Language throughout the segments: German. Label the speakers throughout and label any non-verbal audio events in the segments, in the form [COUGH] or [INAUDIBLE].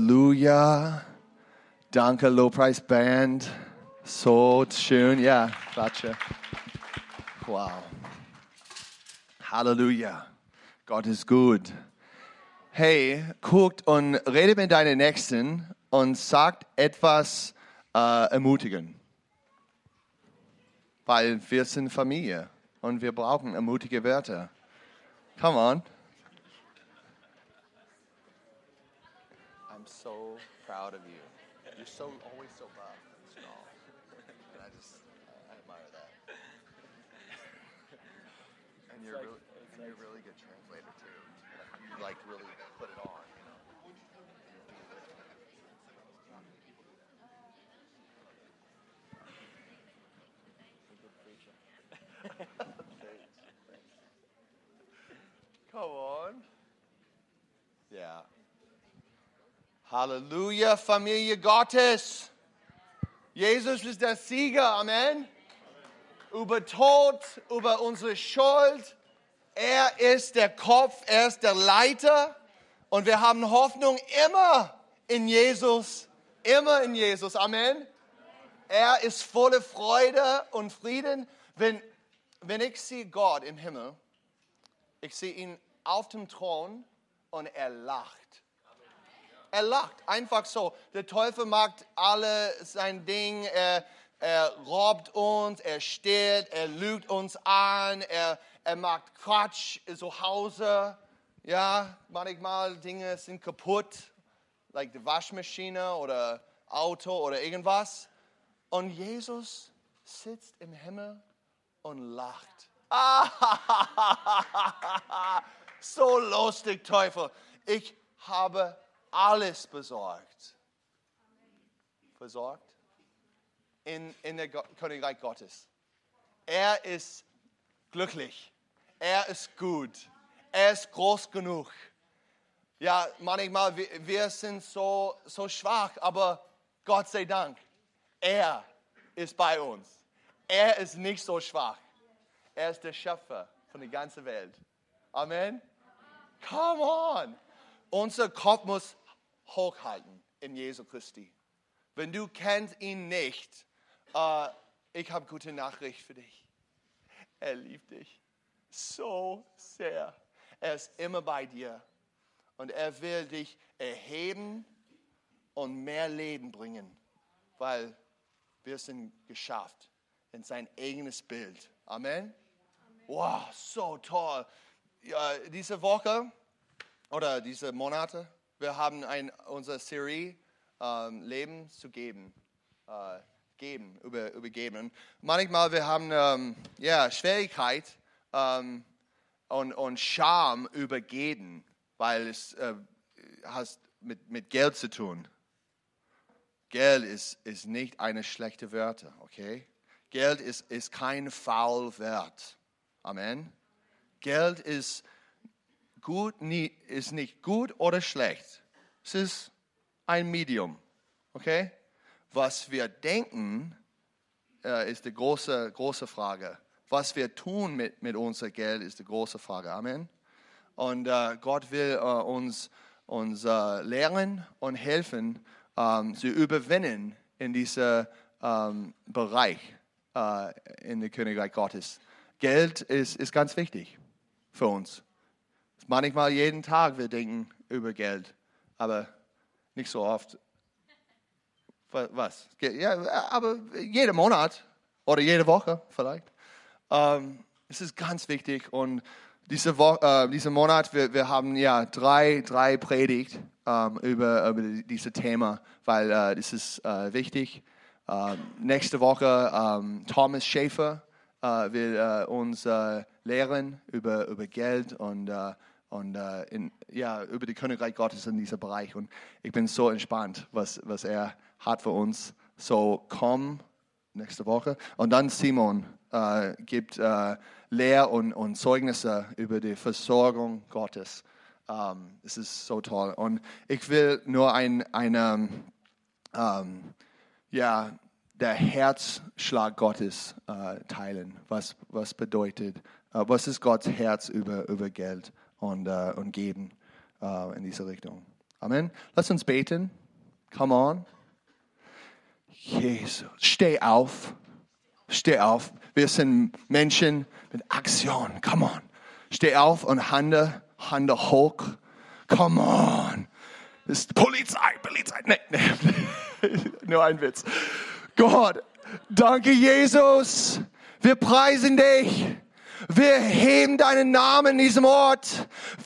Speaker 1: Halleluja. Danke, Lobpreis Band. So schön. Ja, Klatsche. Wow. Halleluja. Gott ist gut. Hey, guckt und redet mit deinen Nächsten und sagt etwas äh, ermutigen. Weil wir sind Familie und wir brauchen ermutige Wörter. Come on. I'm so proud of you. You're so always so proud and strong. And I just I admire [LAUGHS] that. And you're really, and you're a really good translator too. Like, you like really put it on. You know. Come on. Yeah. Halleluja, Familie Gottes. Jesus ist der Sieger, Amen. Über Tod, über unsere Schuld. Er ist der Kopf, er ist der Leiter. Und wir haben Hoffnung immer in Jesus, immer in Jesus, Amen. Er ist voller Freude und Frieden. Wenn, wenn ich sehe Gott im Himmel, ich sehe ihn auf dem Thron und er lacht. Er lacht, einfach so. Der Teufel macht alle sein Ding, er, er robbt uns, er steht, er lügt uns an, er, er macht Quatsch zu Hause. Ja, manchmal Dinge sind kaputt, like die Waschmaschine oder Auto oder irgendwas. Und Jesus sitzt im Himmel und lacht. Ah! So lustig, Teufel. Ich habe alles besorgt. Versorgt? In, in der Go Königreich Gottes. Er ist glücklich. Er ist gut. Er ist groß genug. Ja, manchmal, wir, wir sind so, so schwach, aber Gott sei Dank, er ist bei uns. Er ist nicht so schwach. Er ist der Schöpfer von der ganzen Welt. Amen. Come on. Unser Kopf muss hochhalten in Jesu Christi. Wenn du kennst ihn nicht, äh, ich habe gute Nachricht für dich. Er liebt dich so sehr. Er ist immer bei dir und er will dich erheben und mehr Leben bringen, weil wir sind geschafft in sein eigenes Bild. Amen. Wow, so toll. Ja, diese Woche oder diese Monate, wir haben ein, unsere Serie ähm, Leben zu geben. Äh, geben, über, übergeben. Und manchmal wir haben ähm, ja, Schwierigkeit ähm, und, und Scham übergeben, weil es äh, hast mit, mit Geld zu tun. Geld ist, ist nicht eine schlechte Wörter, okay? Geld ist, ist kein faul Wert. Amen. Geld ist, gut, nie, ist nicht gut oder schlecht. Es ist ein Medium. Okay? Was wir denken, äh, ist die große, große Frage. Was wir tun mit, mit unser Geld, ist die große Frage. Amen. Und äh, Gott will äh, uns, uns äh, lehren und helfen, ähm, zu überwinden in diesem ähm, Bereich äh, in der Königreich Gottes. Geld ist, ist ganz wichtig für uns. Manchmal jeden Tag wir denken über Geld, aber nicht so oft. Wa- Was? Ge- Ja, aber jeden Monat oder jede Woche vielleicht. Ähm, es ist ganz wichtig und diese Wo äh, diesen Monat, wir, wir haben ja drei, drei Predigt ähm, über, über dieses Thema, weil äh, das ist äh, wichtig. Ähm, nächste Woche ähm, Thomas Schäfer äh, will äh, uns äh, lehren über, über Geld und, äh, und äh, in, ja, über die Königreich Gottes in diesem Bereich. Und ich bin so entspannt, was, was er hat für uns. So komm nächste Woche. Und dann Simon äh, gibt äh, Lehr- und, und Zeugnisse über die Versorgung Gottes. Ähm, es ist so toll. Und ich will nur ein, eine, ähm, ja, der Herzschlag Gottes äh, teilen. Was, was bedeutet, äh, was ist Gottes Herz über, über Geld und, äh, und Geben äh, in diese Richtung. Amen. Lass uns beten. Come on. Jesus, steh auf. Steh auf. Wir sind Menschen mit Aktion. Come on. Steh auf und Hände, Hände hoch. Come on. Das ist Polizei, Polizei. Nee, nee. [LAUGHS] Nur ein Witz. Gott, danke Jesus. Wir preisen dich. Wir heben deinen Namen in diesem Ort.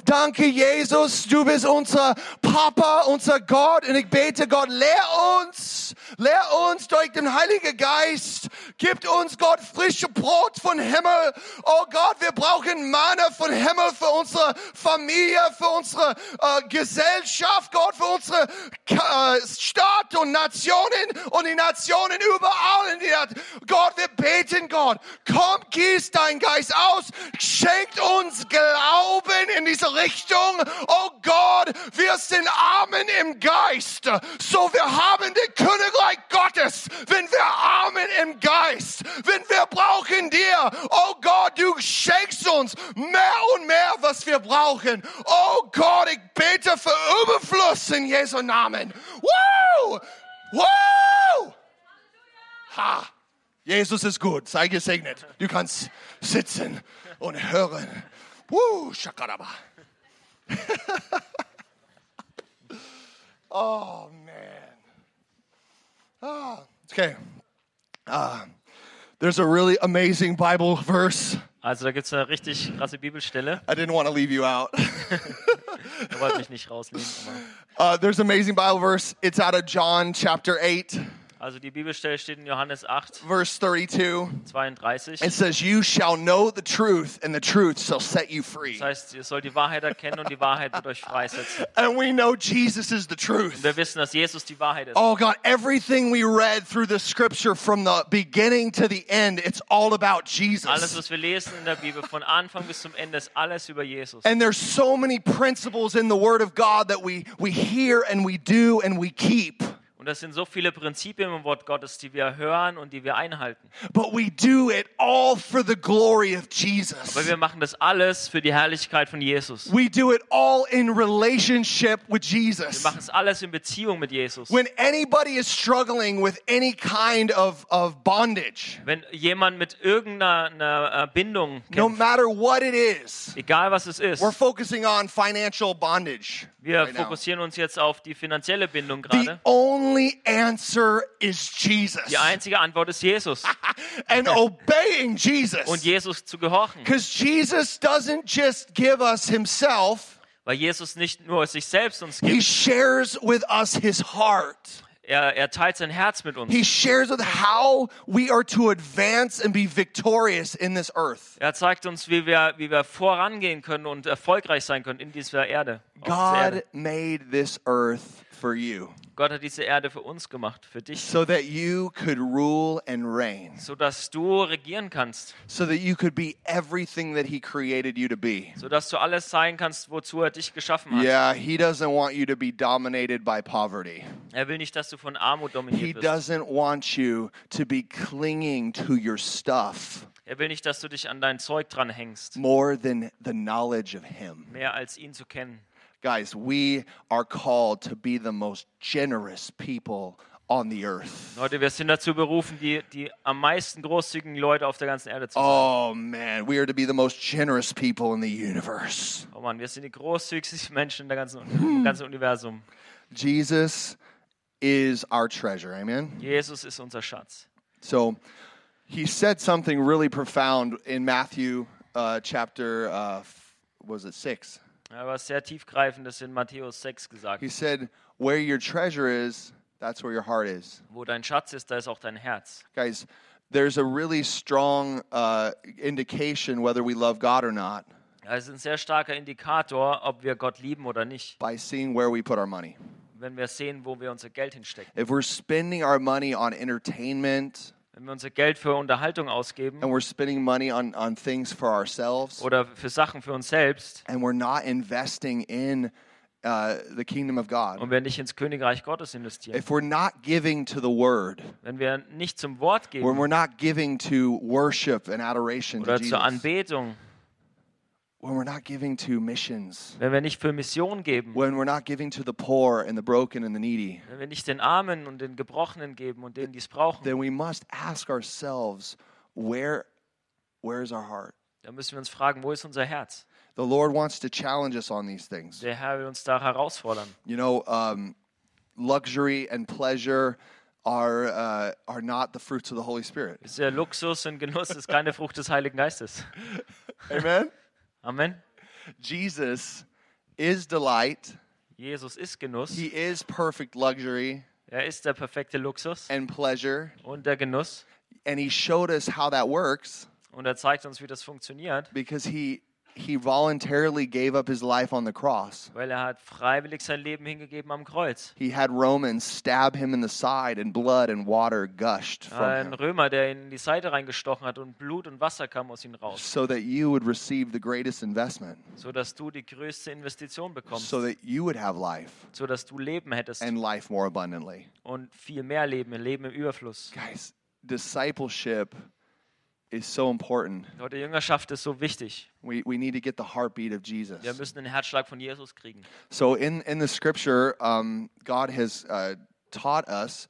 Speaker 1: Danke, Jesus. Du bist unser Papa, unser Gott. Und ich bete, Gott, lehr uns, lehr uns durch den Heiligen Geist. Gib uns, Gott, frische Brot von Himmel. Oh Gott, wir brauchen Mana von Himmel für unsere Familie, für unsere äh, Gesellschaft, Gott, für unsere Ka- äh, Stadt und Nationen und die Nationen überall in der Gott, wir beten, Gott. Komm, gieß dein Geist aus. Schenkt uns Glauben in diese Richtung. Oh Gott, wir sind Armen im Geist. So, wir haben den Königreich Gottes, wenn wir Armen im Geist, wenn wir brauchen dir. Oh Gott, du schenkst uns mehr und mehr, was wir brauchen. Oh Gott, ich bete für Überfluss in Jesu Namen. Woo! Woo! Ha! Jesus ist gut, sei gesegnet. Du kannst sitzen und hören. Woo, shakaraba. [LAUGHS] oh, man. Ah, okay. Ah, there's a really amazing Bible verse.
Speaker 2: Also da gibt es eine richtig krasse Bibelstelle.
Speaker 1: I didn't want to leave you out. [LAUGHS]
Speaker 2: Da wollte ich nicht rausnehmen. Aber.
Speaker 1: Uh, there's an amazing Bible verse. It's out of John chapter 8,
Speaker 2: Also die Bibelstelle steht in Johannes 8,
Speaker 1: verse 32.
Speaker 2: 32.
Speaker 1: It
Speaker 2: Das
Speaker 1: says, You shall know the truth, and the truth shall set you free.
Speaker 2: heißt, ihr sollt die Wahrheit erkennen und die Wahrheit wird euch freisetzen.
Speaker 1: And we know Jesus is the truth.
Speaker 2: Wir wissen, dass Jesus die Wahrheit ist.
Speaker 1: Oh God, everything we read through the scripture from the beginning to the end, it's all about
Speaker 2: Alles,
Speaker 1: Jesus.
Speaker 2: was wir lesen in der Bibel, von Anfang bis zum Ende, ist alles über Jesus.
Speaker 1: And there's so many principles in the Word of God that we, we hear and we do and we keep.
Speaker 2: Und das sind so viele Prinzipien im Wort Gottes, die wir hören und die wir einhalten.
Speaker 1: But we do it all for the glory of
Speaker 2: Weil
Speaker 1: Jesus.
Speaker 2: wir machen das alles für die Herrlichkeit von Jesus. Wir
Speaker 1: We do it all in relationship with Jesus.
Speaker 2: machen es alles in Beziehung mit Jesus.
Speaker 1: When anybody is struggling with any kind of, of bondage,
Speaker 2: Wenn jemand mit irgendeiner äh, Bindung
Speaker 1: no
Speaker 2: kämpft,
Speaker 1: matter what it is,
Speaker 2: egal was es ist,
Speaker 1: we're focusing on financial bondage.
Speaker 2: wir
Speaker 1: right now.
Speaker 2: fokussieren uns jetzt auf die finanzielle Bindung
Speaker 1: The
Speaker 2: gerade.
Speaker 1: only answer is Jesus
Speaker 2: Die einzige Antwort ist Jesus
Speaker 1: and obeying
Speaker 2: und
Speaker 1: Jesus.
Speaker 2: Jesus zu gehorchen.
Speaker 1: Because Jesus doesn't just give us himself,
Speaker 2: Weil Jesus nicht nur sich selbst uns
Speaker 1: he
Speaker 2: gibt,
Speaker 1: shares with us his heart.
Speaker 2: er, er teilt sein Herz mit uns.
Speaker 1: He shares with how we are to advance and be victorious in this earth.
Speaker 2: Er zeigt uns, wie wir, wie wir vorangehen können und erfolgreich sein können in dieser Erde. auf dieser
Speaker 1: God
Speaker 2: Erde.
Speaker 1: made this earth for you
Speaker 2: Gott hat diese Erde für uns gemacht, für dich,
Speaker 1: so that you could rule and reign,
Speaker 2: sodass du regieren kannst,
Speaker 1: so that you could be everything that he created you to be.
Speaker 2: sodass du alles sein kannst, wozu er dich geschaffen hat.
Speaker 1: Yeah, he doesn't want you to be dominated by poverty.
Speaker 2: Er will nicht, dass du von Armut
Speaker 1: He
Speaker 2: dominiert wirst.
Speaker 1: doesn't want you to be clinging to your stuff
Speaker 2: Er will nicht, dass du dich an dein Zeug dranhängst,
Speaker 1: more than the knowledge of Him.
Speaker 2: mehr als ihn zu kennen.
Speaker 1: Guys, we are called to be the most generous people on the earth.
Speaker 2: Leute, wir sind dazu berufen, die, die am meisten großzügigen Leute auf der ganzen Erde zu sein.
Speaker 1: Oh man, we are to be the most generous people in the universe.
Speaker 2: Oh Mann, wir sind die großzügigsten Menschen in der ganzen,
Speaker 1: Hm.
Speaker 2: im ganzen Universum.
Speaker 1: Jesus is our treasure. Amen.
Speaker 2: Jesus ist unser Schatz.
Speaker 1: So he said something really profound in Matthew uh, chapter, uh, f- was it six?
Speaker 2: Er war sehr tiefgreifendes in Matthäus 6 gesagt.
Speaker 1: He said, Where your treasure is, that's where your heart is.
Speaker 2: Wo dein Schatz ist, da ist auch dein Herz.
Speaker 1: Guys, there's a really strong uh, indication whether we love God or not
Speaker 2: Das ist ein sehr starker Indikator, ob wir Gott lieben oder nicht,
Speaker 1: by seeing where we put our money.
Speaker 2: wenn wir sehen, wo wir unser Geld hinstecken.
Speaker 1: If we're spending our money on entertainment
Speaker 2: Wenn wir unser Geld für Unterhaltung ausgeben
Speaker 1: and we're spending money on, on things for ourselves
Speaker 2: oder für Sachen für uns selbst
Speaker 1: and we're not investing in uh, the kingdom of God,
Speaker 2: und wir nicht ins Königreich Gottes investieren,
Speaker 1: if we're not giving to the word,
Speaker 2: wenn wir nicht zum Wort
Speaker 1: when
Speaker 2: geben
Speaker 1: we're not giving to worship and adoration to
Speaker 2: oder zur
Speaker 1: Jesus,
Speaker 2: Anbetung,
Speaker 1: when we're not giving to missions,
Speaker 2: wenn wir nicht für Mission geben,
Speaker 1: when we're not giving to the poor and the broken and the needy,
Speaker 2: wenn wir nicht den Armen und den Gebrochenen geben und denen, die es brauchen,
Speaker 1: then we must ask ourselves, where, where is our heart?
Speaker 2: dann müssen wir uns fragen, wo ist unser Herz?
Speaker 1: The Lord wants to challenge us on these things.
Speaker 2: Der Herr will uns da herausfordern.
Speaker 1: You know, um, luxury and pleasure are, uh, are not the fruits of the Holy Spirit.
Speaker 2: Ist ja Luxus und Genuss ist keine Frucht des Heiligen Geistes.
Speaker 1: Amen?
Speaker 2: Amen.
Speaker 1: Jesus is delight,
Speaker 2: Jesus ist Genuss.
Speaker 1: He is perfect luxury
Speaker 2: Er ist der perfekte Luxus
Speaker 1: and pleasure,
Speaker 2: und der Genuss.
Speaker 1: and He showed us how that works
Speaker 2: Und er zeigt uns, wie das funktioniert,
Speaker 1: because He, he voluntarily gave up His life on the cross.
Speaker 2: weil er hat freiwillig sein Leben hingegeben am Kreuz.
Speaker 1: He had Romans stab him in the side, and blood and water gushed from
Speaker 2: Ein
Speaker 1: him.
Speaker 2: Römer, der ihn in die Seite reingestochen hat und Blut und Wasser kam aus ihm raus,
Speaker 1: So that you would receive the greatest investment,
Speaker 2: sodass du die größte Investition bekommst,
Speaker 1: so that you would have life
Speaker 2: sodass du Leben hättest
Speaker 1: and life more abundantly.
Speaker 2: und viel mehr Leben, ein Leben im Überfluss.
Speaker 1: Guys, discipleship is so important.
Speaker 2: Leute, Jüngerschaft ist so wichtig.
Speaker 1: We, we need to get the heartbeat of
Speaker 2: Wir
Speaker 1: Jesus.
Speaker 2: müssen den Herzschlag von Jesus kriegen.
Speaker 1: So in, in the scripture, um, God has uh, taught us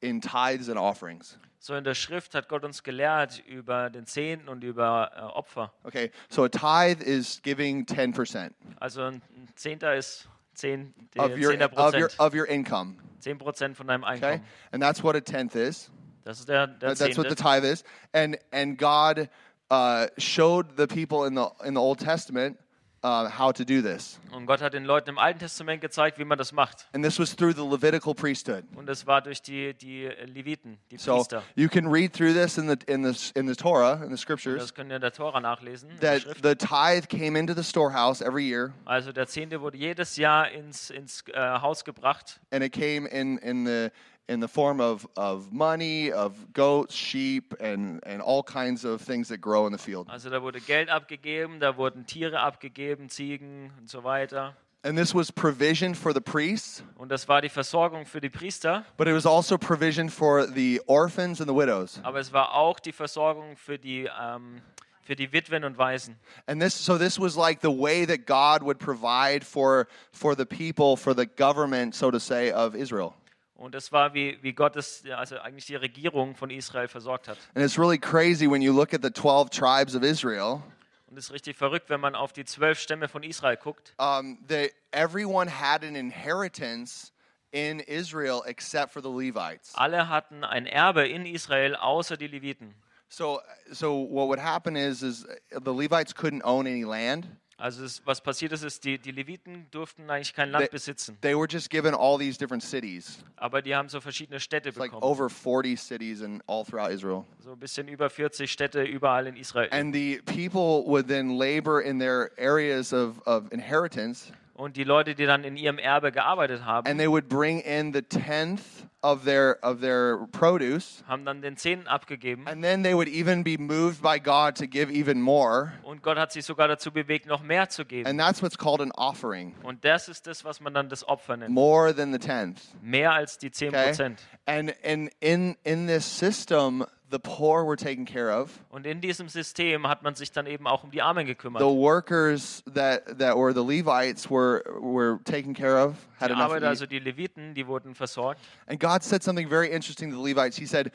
Speaker 1: in tithes and offerings.
Speaker 2: So in der Schrift hat Gott uns gelehrt über den Zehnten und über äh, Opfer.
Speaker 1: Okay, so a tithe is giving 10%
Speaker 2: Also ein ein Zehnter ist zehn,
Speaker 1: of
Speaker 2: der
Speaker 1: your,
Speaker 2: Zehner
Speaker 1: of, your,
Speaker 2: Prozent.
Speaker 1: of your income.
Speaker 2: 10% von deinem Einkommen.
Speaker 1: Okay, and that's what a tenth is.
Speaker 2: Das ist der, der
Speaker 1: That's what the
Speaker 2: Zehnte.
Speaker 1: tithe is. And and God uh, showed the people in the in the Old Testament uh, how to do this,
Speaker 2: Und Gott hat den Leuten im Alten Testament gezeigt, wie man das macht.
Speaker 1: and this was through the Levitical priesthood.
Speaker 2: Und das war durch die, die Leviten, die
Speaker 1: So
Speaker 2: Priester.
Speaker 1: you can read through this in the in the in the Torah in the scriptures
Speaker 2: Das können wir in der Tora nachlesen. in der
Speaker 1: that
Speaker 2: Schrift.
Speaker 1: the tithe came into the storehouse every year,
Speaker 2: Also der Zehnte wurde jedes Jahr ins, ins äh, Haus gebracht.
Speaker 1: and it came in in the in the form of, of money, of goats, sheep, and, and all kinds of things that grow in the field.
Speaker 2: Also da wurde Geld abgegeben, da wurden Tiere abgegeben, Ziegen und so weiter.
Speaker 1: And this was provision for the priests,
Speaker 2: Und das war die Versorgung für die Priester,
Speaker 1: But it was also provision for the orphans and the widows.
Speaker 2: aber es war auch die Versorgung für die, ähm, für die Witwen und Waisen.
Speaker 1: And this so this was like the way that God would provide for for the people, for the government, so to say, of Israel.
Speaker 2: Und das war, wie, wie Gott es, ja, also eigentlich die Regierung von Israel versorgt hat.
Speaker 1: And it's really crazy when you look at the 12 tribes of Israel.
Speaker 2: Und es ist richtig verrückt, wenn man auf die zwölf Stämme von Israel guckt.
Speaker 1: Um, that everyone had an inheritance in Israel except for the Levites.
Speaker 2: Alle hatten ein Erbe in Israel, außer die Leviten.
Speaker 1: So so what would happen is is the Levites couldn't own any land.
Speaker 2: Also es, was passiert ist, ist, die, die Leviten durften eigentlich kein Land
Speaker 1: They-
Speaker 2: besitzen,
Speaker 1: They were just given all these different cities,
Speaker 2: aber die haben so verschiedene Städte
Speaker 1: like
Speaker 2: bekommen.
Speaker 1: over 40 cities in all throughout Israel.
Speaker 2: So ein bisschen über 40 Städte überall in Israel.
Speaker 1: And the people would then labor in their areas of, of inheritance,
Speaker 2: Und die Leute, die dann in ihrem Erbe gearbeitet haben,
Speaker 1: and they would bring in the tenth of their of their produce,
Speaker 2: haben dann den Zehnten abgegeben.
Speaker 1: and then they would even be moved by God to give even more.
Speaker 2: Und Gott hat sich sogar dazu bewegt, noch mehr zu geben.
Speaker 1: And that's what's called an offering,
Speaker 2: Und das ist das, was man dann das Opfer nennt.
Speaker 1: more than the tenth.
Speaker 2: Mehr als die 10
Speaker 1: Okay.
Speaker 2: Prozent.
Speaker 1: And and in in this system, the poor were taken care of.
Speaker 2: Und in diesem System hat man sich dann eben auch um die Armen gekümmert.
Speaker 1: The workers that, that were the Levites were were taken care of, had
Speaker 2: Die
Speaker 1: enough. to
Speaker 2: Arbeiter,
Speaker 1: eat.
Speaker 2: also die Leviten, die wurden versorgt.
Speaker 1: And God said something very interesting to the Levites. He said,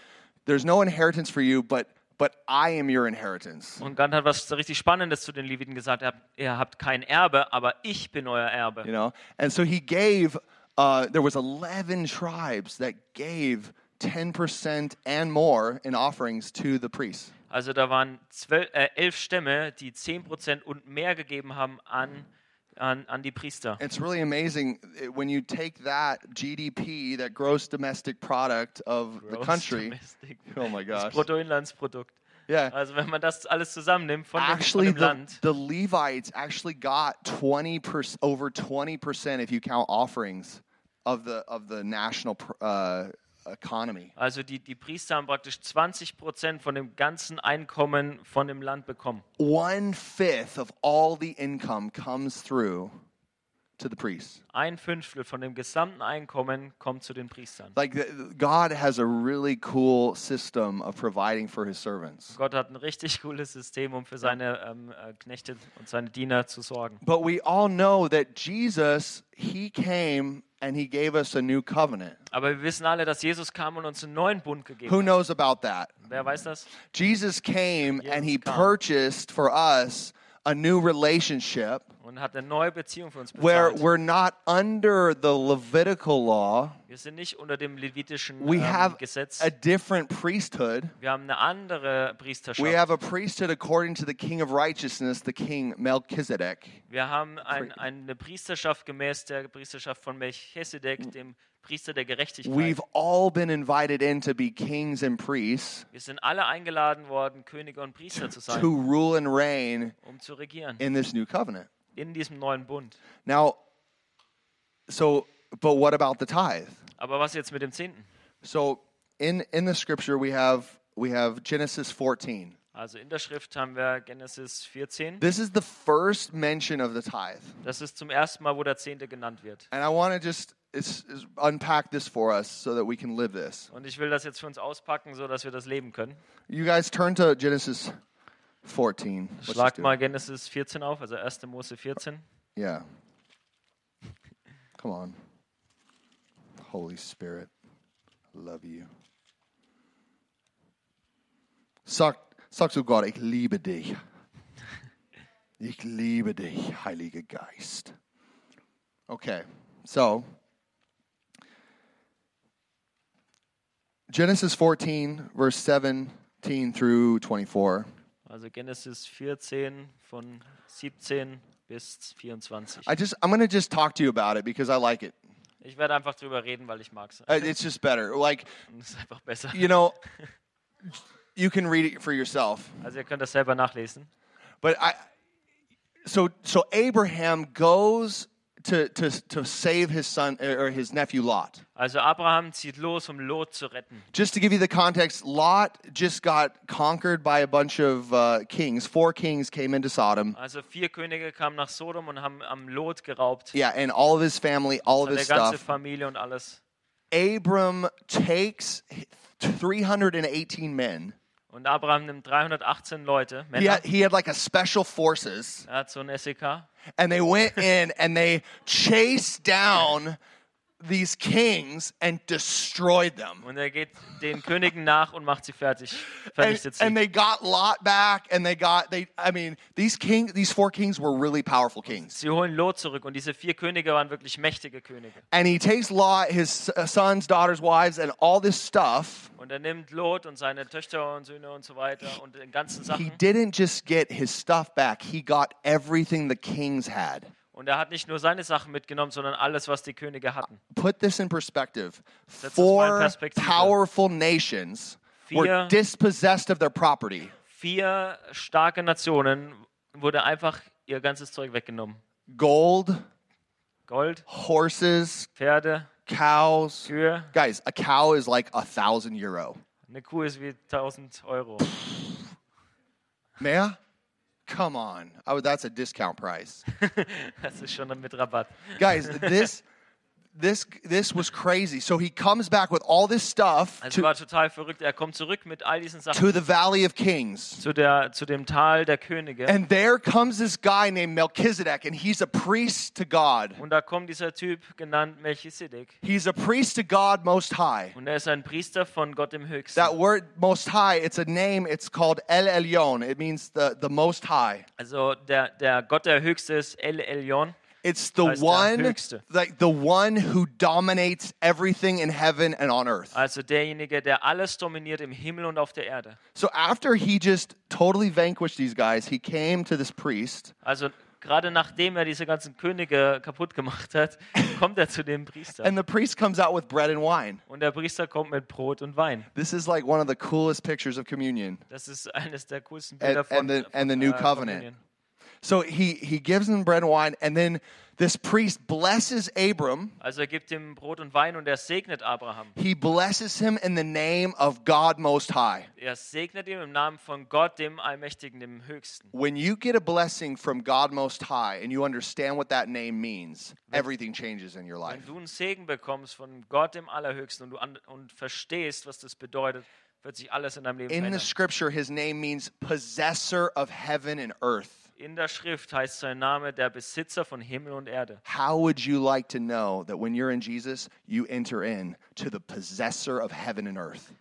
Speaker 1: "There's no inheritance for you, but but I am your inheritance."
Speaker 2: Und Gott hat was richtig Spannendes zu den Leviten gesagt. Er, ihr habt kein Erbe, aber ich bin euer Erbe.
Speaker 1: You know. And so He gave. Uh, there was eleven tribes that gave ten percent and more in offerings to the priests.
Speaker 2: Also da waren zwölf, äh, elf Stämme, die 10 Prozent und mehr gegeben haben an, an, an die Priester.
Speaker 1: It's really amazing eh, when you take that GDP, that gross domestic product of the
Speaker 2: Gross
Speaker 1: country.
Speaker 2: domestic.
Speaker 1: Oh my
Speaker 2: Das
Speaker 1: gosh.
Speaker 2: Bruttoinlandsprodukt.
Speaker 1: Yeah.
Speaker 2: Also wenn man das alles zusammennimmt von dem, von
Speaker 1: Actually,
Speaker 2: dem
Speaker 1: the,
Speaker 2: Land,
Speaker 1: the Levites actually got twenty percent, over twenty percent, if you count offerings of the of the national pr- uh, economy.
Speaker 2: also die, die Priester haben praktisch 20 Prozent von dem ganzen Einkommen von dem Land bekommen.
Speaker 1: One fifth of all the income comes through to the priests.
Speaker 2: Ein Fünftel von dem gesamten Einkommen kommt zu den Priestern.
Speaker 1: Like th- God has a really cool system of providing for his servants.
Speaker 2: Gott hat ein richtig cooles System, um für seine ähm, äh, Knechte und seine Diener zu sorgen.
Speaker 1: But we all know that Jesus, he came and he gave us a new covenant.
Speaker 2: Aber wir wissen alle, dass Jesus kam und uns einen neuen Bund gegeben
Speaker 1: Who
Speaker 2: hat.
Speaker 1: knows about that?
Speaker 2: Wer weiß das?
Speaker 1: Jesus came and he
Speaker 2: Jesus kam.
Speaker 1: purchased for us a new relationship
Speaker 2: Und hat eine neue Beziehung für uns
Speaker 1: where
Speaker 2: bezahlt.
Speaker 1: we're not under the Levitical law.
Speaker 2: Wir sind nicht unter dem levitischen
Speaker 1: We
Speaker 2: ähm,
Speaker 1: have
Speaker 2: Gesetz.
Speaker 1: a different priesthood.
Speaker 2: Wir haben eine
Speaker 1: We have
Speaker 2: andere Priesterschaft.
Speaker 1: a priesthood according to the King of Righteousness, the King Melchizedek.
Speaker 2: Wir haben ein, eine Priesterschaft gemäß der Priesterschaft von Melchizedek, dem Priester der Gerechtigkeit.
Speaker 1: We've all been invited in to be kings and priests,
Speaker 2: Wir sind alle eingeladen worden, Könige und Priester zu sein,
Speaker 1: to rule and reign
Speaker 2: um zu regieren
Speaker 1: in this new covenant.
Speaker 2: in diesem neuen Bund.
Speaker 1: Now, so, but what about the tithe?
Speaker 2: Aber was jetzt mit dem Zehnten?
Speaker 1: So, in in the scripture we have we have Genesis 14.
Speaker 2: Also in der Schrift haben wir Genesis 14.
Speaker 1: This is the first mention of the tithe,
Speaker 2: Das ist zum ersten Mal, wo der Zehnte genannt wird.
Speaker 1: and I want to just it's, it's unpack this for us so that we can live this.
Speaker 2: Und ich will das jetzt für uns auspacken, so dass wir das leben können.
Speaker 1: You guys turn to Genesis 14. Let's just
Speaker 2: Schlagt
Speaker 1: do it.
Speaker 2: mal Genesis 14 auf, also 1. Mose 14.
Speaker 1: Yeah. Come on. Holy Spirit, love you. Sag, sag zu Gott, ich liebe dich. Ich liebe dich, Heiliger Geist. Okay, so Genesis 14, verse 17 through 24.
Speaker 2: Also Genesis 14 von 17 bis 24.
Speaker 1: I just I'm gonna just talk to you about it because I like it.
Speaker 2: Ich werde einfach drüber reden, weil ich mag es.
Speaker 1: Uh, It's just better. Like
Speaker 2: Das ist einfach besser.
Speaker 1: you know, you can read it for yourself.
Speaker 2: Also ihr könnt das selber nachlesen.
Speaker 1: But I, so so Abraham goes to to to save his son er, or his nephew Lot.
Speaker 2: Also Abraham zieht los, um Lot zu retten.
Speaker 1: Just to give you the context, Lot just got conquered by a bunch of uh, kings. Four kings came into Sodom.
Speaker 2: Also vier Könige kamen nach Sodom und haben am Lot geraubt.
Speaker 1: Yeah, and all of his family, all of
Speaker 2: Und
Speaker 1: his
Speaker 2: der ganze
Speaker 1: stuff.
Speaker 2: Familie und alles.
Speaker 1: Abram takes 318 men.
Speaker 2: Und Abraham nimmt 318 Leute,
Speaker 1: He
Speaker 2: Männer.
Speaker 1: had, he had like a special forces.
Speaker 2: Er hat so E ein SEK.
Speaker 1: and they went in and they chased down these kings and destroyed them.
Speaker 2: Und er geht den Königen nach und macht sie fertig.
Speaker 1: And,
Speaker 2: Vernichtet sie.
Speaker 1: and they got Lot back, and they got they. I mean, these king, these four kings were really powerful kings.
Speaker 2: sie holen Lot zurück. Und diese vier Könige waren wirklich mächtige Könige.
Speaker 1: And he takes Lot, his uh, sons, daughters, wives, and all this stuff.
Speaker 2: Und er nimmt Lot und seine Töchter und Söhne und so weiter und den ganzen
Speaker 1: He
Speaker 2: Sachen.
Speaker 1: didn't just get his stuff back; he got everything the kings had.
Speaker 2: Und er hat nicht nur seine Sachen mitgenommen, sondern alles, was die Könige hatten.
Speaker 1: Put this in perspective:
Speaker 2: mal in
Speaker 1: four
Speaker 2: Perspektive.
Speaker 1: powerful nations were
Speaker 2: Vier-
Speaker 1: dispossessed of their property.
Speaker 2: Vier starke Nationen wurde einfach ihr ganzes Zeug weggenommen.
Speaker 1: Gold,
Speaker 2: Gold,
Speaker 1: horses,
Speaker 2: Pferde,
Speaker 1: cows.
Speaker 2: Kühe.
Speaker 1: Guys, a cow is like a thousand euro.
Speaker 2: Eine Kuh ist wie 1000 Euro. [LAUGHS]
Speaker 1: Maya, come on. Oh, that's a discount price.
Speaker 2: Das ist schon mit Rabatt.
Speaker 1: Guys, this this this was crazy. So he comes back with all this stuff
Speaker 2: Also
Speaker 1: to,
Speaker 2: war total verrückt. Er kommt zurück mit all diesen Sachen
Speaker 1: to the Valley of Kings.
Speaker 2: zu, der, zu dem Tal der Könige.
Speaker 1: And there comes this guy named Melchizedek, and he's a priest to God.
Speaker 2: Und da kommt dieser Typ, genannt Melchisedek.
Speaker 1: He's a priest to God Most High.
Speaker 2: Und er ist ein Priester von Gott dem Höchsten.
Speaker 1: That word Most High, it's a name. It's called El Elyon. It means the the Most High.
Speaker 2: Also der, der Gott der Höchste ist El Elyon.
Speaker 1: It's the
Speaker 2: Heißt der
Speaker 1: one,
Speaker 2: Höchste.
Speaker 1: like the one who dominates everything in heaven and on earth.
Speaker 2: Also derjenige, der alles dominiert im Himmel und auf der Erde.
Speaker 1: So after he just totally vanquished these guys, he came to this priest
Speaker 2: Also gerade nachdem er diese ganzen Könige kaputt gemacht
Speaker 1: [LAUGHS]
Speaker 2: hat, kommt er zu dem Priester.
Speaker 1: and the priest comes out with bread and wine.
Speaker 2: Und der Priester kommt mit Brot und Wein.
Speaker 1: This is like one of the coolest pictures of communion.
Speaker 2: Das ist eines der coolsten
Speaker 1: And-
Speaker 2: Bilder von,
Speaker 1: and the-
Speaker 2: von
Speaker 1: and the new
Speaker 2: äh,
Speaker 1: covenant.
Speaker 2: Communion.
Speaker 1: So he, he gives him bread and wine, and then this priest blesses Abram.
Speaker 2: Also er gibt ihm Brot und Wein und er segnet Abraham.
Speaker 1: He blesses him in the name of God Most High.
Speaker 2: Er segnet ihn im Namen von Gott, dem Allmächtigen, dem Höchsten.
Speaker 1: When you get a blessing from God Most High and you understand what that name means, everything changes in your
Speaker 2: Wenn
Speaker 1: life.
Speaker 2: du einen Segen bekommst von Gott, dem Allerhöchsten, und du an, und verstehst, was das bedeutet, wird sich alles in deinem Leben
Speaker 1: In the
Speaker 2: verändern.
Speaker 1: scripture, his name means possessor of heaven and earth.
Speaker 2: In der Schrift heißt sein Name der Besitzer von Himmel und Erde.
Speaker 1: How would you like to know that when you're in Jesus, you enter in to the possessor of heaven and earth?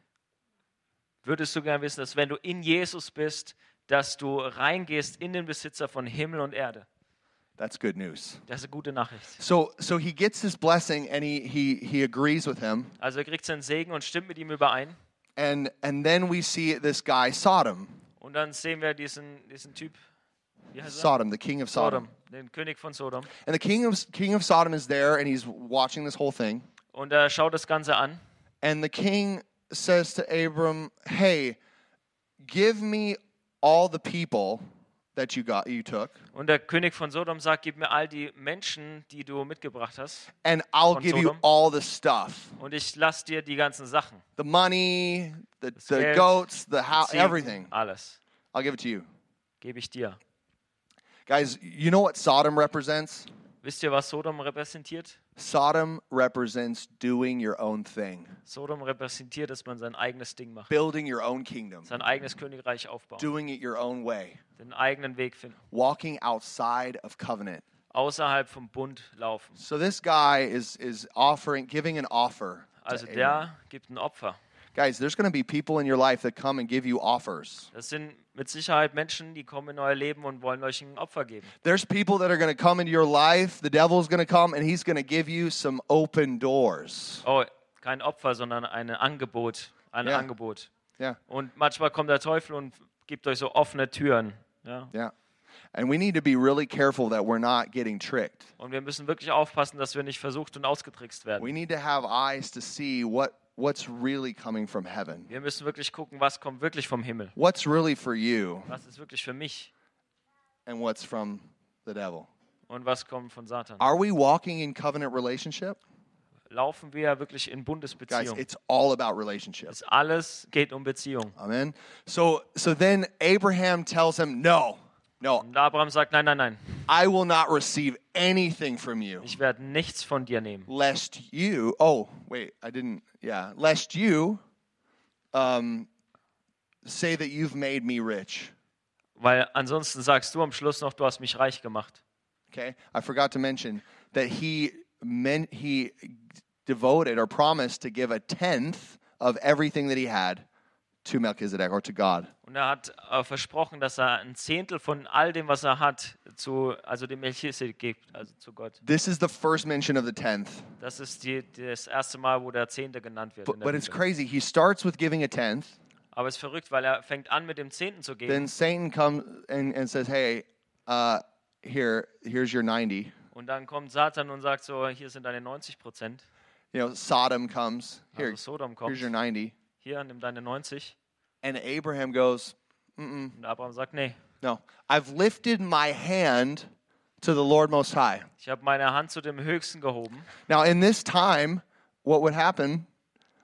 Speaker 2: Würdest du gern wissen, dass wenn du in Jesus bist, dass du reingehst in den Besitzer von Himmel und Erde?
Speaker 1: That's good news.
Speaker 2: Das ist eine gute Nachricht.
Speaker 1: So, so he gets this blessing and he, he, he agrees with him.
Speaker 2: Also er kriegt seinen Segen und stimmt mit ihm überein.
Speaker 1: And, and then we see this guy, Sodom.
Speaker 2: Und dann sehen wir diesen, diesen Typ, wie heißt er?
Speaker 1: Sodom, the king of Sodom.
Speaker 2: Sodom, den König von Sodom.
Speaker 1: And the king of, king of Sodom is there and he's watching this whole thing.
Speaker 2: Und er schaut das Ganze an.
Speaker 1: And the king says to Abram, Hey, give me all the people that you got you took,
Speaker 2: Und der König von Sodom sagt, gib mir all die Menschen, die du mitgebracht hast,
Speaker 1: and I'll
Speaker 2: Von
Speaker 1: give you
Speaker 2: Sodom.
Speaker 1: all the stuff.
Speaker 2: und ich lass dir die ganzen Sachen.
Speaker 1: The money, the, the
Speaker 2: Geld,
Speaker 1: goats, the house,
Speaker 2: Ziegen,
Speaker 1: Ah, everything.
Speaker 2: Alles
Speaker 1: I'll give it to you.
Speaker 2: gebe ich dir.
Speaker 1: Guys, you know what Sodom represents?
Speaker 2: Wisst ihr, was Sodom repräsentiert?
Speaker 1: Sodom represents doing your own thing,
Speaker 2: Sodom repräsentiert, dass man sein eigenes Ding macht,
Speaker 1: building your own kingdom,
Speaker 2: sein eigenes Königreich aufbaut,
Speaker 1: doing it your own way,
Speaker 2: den eigenen Weg finden,
Speaker 1: walking outside of covenant.
Speaker 2: außerhalb vom Bund laufen.
Speaker 1: So this guy is is offering, giving an offer. to
Speaker 2: Also
Speaker 1: Abram.
Speaker 2: der gibt ein Opfer.
Speaker 1: Guys, there's going to be people in your life that come and give you offers.
Speaker 2: Das sind mit Sicherheit Menschen, die kommen in euer Leben und wollen euch ein Opfer geben.
Speaker 1: There's people that are going to come into your life. The devil's going to come and he's going to give you some open doors.
Speaker 2: Oh, kein Opfer, sondern ein Angebot, ein
Speaker 1: Ja.
Speaker 2: Angebot.
Speaker 1: Yeah,
Speaker 2: Und manchmal kommt der Teufel und gibt euch so offene Türen. Ja?
Speaker 1: yeah. And we need to be really careful that we're not getting tricked.
Speaker 2: Und wir müssen wirklich aufpassen, dass wir nicht versucht und ausgetrickst werden.
Speaker 1: We need to have eyes to see what what's really coming from heaven.
Speaker 2: Wir müssen wirklich gucken, was kommt wirklich vom Himmel.
Speaker 1: What's really for you
Speaker 2: Was ist wirklich für mich
Speaker 1: and what's from the devil.
Speaker 2: und was kommt von Satan?
Speaker 1: Are we walking in covenant relationship?
Speaker 2: Laufen wir wirklich in
Speaker 1: Guys,
Speaker 2: Bundesbeziehung?
Speaker 1: it's all about relationship.
Speaker 2: Es alles geht um Beziehung.
Speaker 1: Amen. So so then Abraham tells him, "No. No,
Speaker 2: Und Abraham sagt, nein, nein, nein,
Speaker 1: I will not receive anything from you,
Speaker 2: ich werde nichts von dir nehmen.
Speaker 1: lest you. Oh, wait, I didn't. Yeah, lest you, um, say that you've made me rich.
Speaker 2: Weil ansonsten sagst du am Schluss noch, du hast mich reich gemacht.
Speaker 1: Okay, I forgot to mention that he meant he devoted or promised to give a tenth of everything that he had to Melchizedek or to God.
Speaker 2: Und er hat äh, versprochen, dass er ein Zehntel von all dem, was er hat, zu, also dem Melchizedek gibt, also zu Gott.
Speaker 1: This is the first mention of the tenth,
Speaker 2: Das ist die, das erste Mal, wo der Zehnte genannt wird. in
Speaker 1: but,
Speaker 2: der
Speaker 1: but it's
Speaker 2: Bibel.
Speaker 1: crazy. He starts with giving a tenth,
Speaker 2: Aber es ist verrückt, weil er fängt an, mit dem Zehnten zu geben.
Speaker 1: then Satan comes and, and says, "Hey, uh, here, here's your ninety.
Speaker 2: Und dann kommt Satan und sagt so, hier sind deine 90 Prozent.
Speaker 1: you know, Sodom comes. Here,
Speaker 2: Also Sodom
Speaker 1: here's your
Speaker 2: kommt.
Speaker 1: 90.
Speaker 2: Hier, nimm deine 90.
Speaker 1: And Abraham goes,
Speaker 2: Und Abraham sagt, nee,
Speaker 1: No, I've lifted my hand to the Lord Most High.
Speaker 2: ich habe meine Hand zu dem Höchsten gehoben.
Speaker 1: Now, in this time, what would happen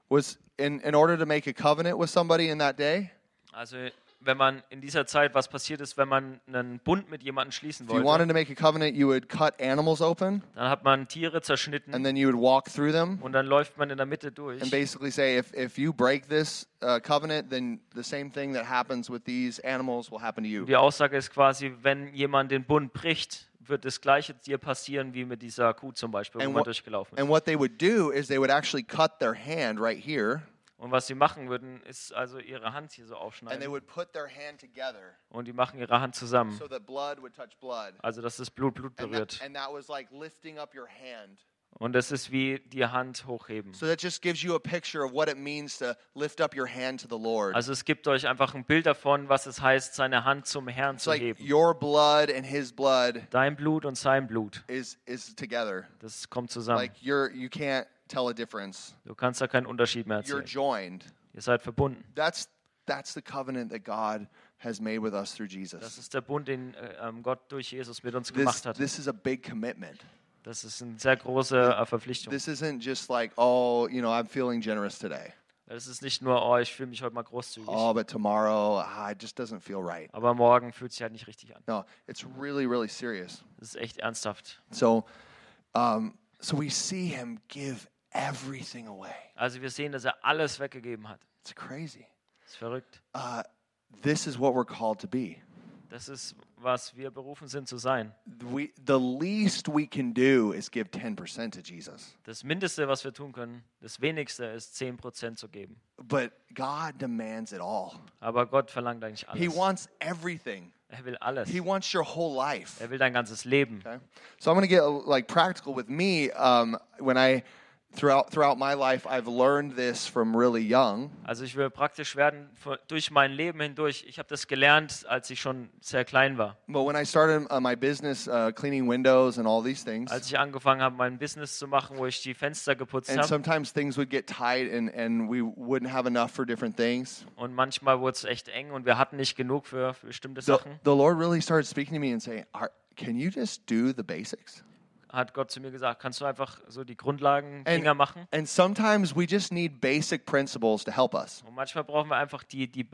Speaker 1: was in, in order to make a covenant with somebody in that day,
Speaker 2: Also wenn man in dieser Zeit, was passiert ist, wenn man einen Bund mit jemandem schließen
Speaker 1: if you
Speaker 2: wollte,
Speaker 1: wanted to make a covenant, you would cut animals open
Speaker 2: dann hat man Tiere
Speaker 1: and
Speaker 2: zerschnitten
Speaker 1: then you would walk through them
Speaker 2: und dann läuft man in der Mitte durch.
Speaker 1: and basically say, if, if you break this uh, covenant, then the same thing that happens with these animals will happen to you.
Speaker 2: Die Aussage ist quasi, wenn jemand den Bund bricht, wird das Gleiche dir passieren wie mit dieser Kuh zum Beispiel, wo
Speaker 1: And
Speaker 2: man
Speaker 1: what-
Speaker 2: durchgelaufen ist.
Speaker 1: And what they would do is they would actually cut their hand right here.
Speaker 2: Und was sie machen würden, ist also ihre Hand hier so
Speaker 1: and they
Speaker 2: aufschneiden
Speaker 1: would put their hand together
Speaker 2: und die machen ihre Hand zusammen.
Speaker 1: so that blood would touch blood.
Speaker 2: Also dass das Blut Blut
Speaker 1: And that,
Speaker 2: berührt.
Speaker 1: and that was like lifting up your hand.
Speaker 2: Und das ist wie die Hand hochheben.
Speaker 1: So that just gives you a picture of what it means to lift up your hand to the Lord.
Speaker 2: Also es gibt euch einfach ein Bild davon, was es heißt, seine Hand zum Herrn
Speaker 1: It's
Speaker 2: zu
Speaker 1: like
Speaker 2: heben.
Speaker 1: your blood and his blood
Speaker 2: Dein Blut und sein Blut,
Speaker 1: is is together.
Speaker 2: das kommt zusammen.
Speaker 1: Like you're you can't tell a difference.
Speaker 2: Du kannst da keinen Unterschied mehr
Speaker 1: You're
Speaker 2: erzählen.
Speaker 1: joined.
Speaker 2: Ihr seid verbunden.
Speaker 1: That's that's the covenant that God has made with us through
Speaker 2: Das
Speaker 1: Jesus.
Speaker 2: ist der Bund, den äh, ähm, Gott durch Jesus mit uns
Speaker 1: This,
Speaker 2: gemacht hat.
Speaker 1: this is a big commitment.
Speaker 2: Das ist eine sehr große äh, Verpflichtung.
Speaker 1: This isn't just like, oh, you know, I'm feeling generous today.
Speaker 2: Es ist nicht nur, oh, ich fühle mich heute mal großzügig,
Speaker 1: Oh, but tomorrow, ah, it just doesn't feel right.
Speaker 2: aber morgen fühlt sich halt nicht richtig an.
Speaker 1: No, it's really, really serious.
Speaker 2: Das ist echt ernsthaft.
Speaker 1: So, um, so we see him give everything away.
Speaker 2: Also wir sehen, dass er alles weggegeben hat.
Speaker 1: It's crazy.
Speaker 2: Das ist verrückt.
Speaker 1: Uh, this is what we're called to be.
Speaker 2: Das ist, was wir berufen sind zu sein.
Speaker 1: We, the least we can do is give 10% to Jesus.
Speaker 2: Das Mindeste, was wir tun können, das Wenigste ist 10% zu geben.
Speaker 1: But God demands it all.
Speaker 2: Aber Gott verlangt eigentlich
Speaker 1: He
Speaker 2: alles.
Speaker 1: wants everything.
Speaker 2: Er will alles.
Speaker 1: He wants your whole life.
Speaker 2: Er will dein ganzes Leben.
Speaker 1: Okay. So I'm going to get like practical with me. Um, when I throughout throughout my life, I've learned this from really young.
Speaker 2: Also ich will praktisch werden fu- durch mein Leben hindurch. Ich habe das gelernt, als ich schon sehr klein war.
Speaker 1: But when I started uh, my business, uh, cleaning windows and all these things,
Speaker 2: Als ich angefangen habe, mein Business zu machen, wo ich die Fenster geputzt
Speaker 1: and
Speaker 2: habe
Speaker 1: sometimes things would get tight, and and we wouldn't have enough for different things.
Speaker 2: und manchmal wurde es echt eng und wir hatten nicht genug für, für bestimmte
Speaker 1: The,
Speaker 2: Sachen,
Speaker 1: the Lord really started speaking to me and saying, Are, "Can you just do the basics?"
Speaker 2: hat Gott zu mir gesagt, kannst du einfach so die Grundlagen-Dinger
Speaker 1: And
Speaker 2: machen?
Speaker 1: and sometimes we just need basic principles to help us.
Speaker 2: Und manchmal brauchen wir einfach die, die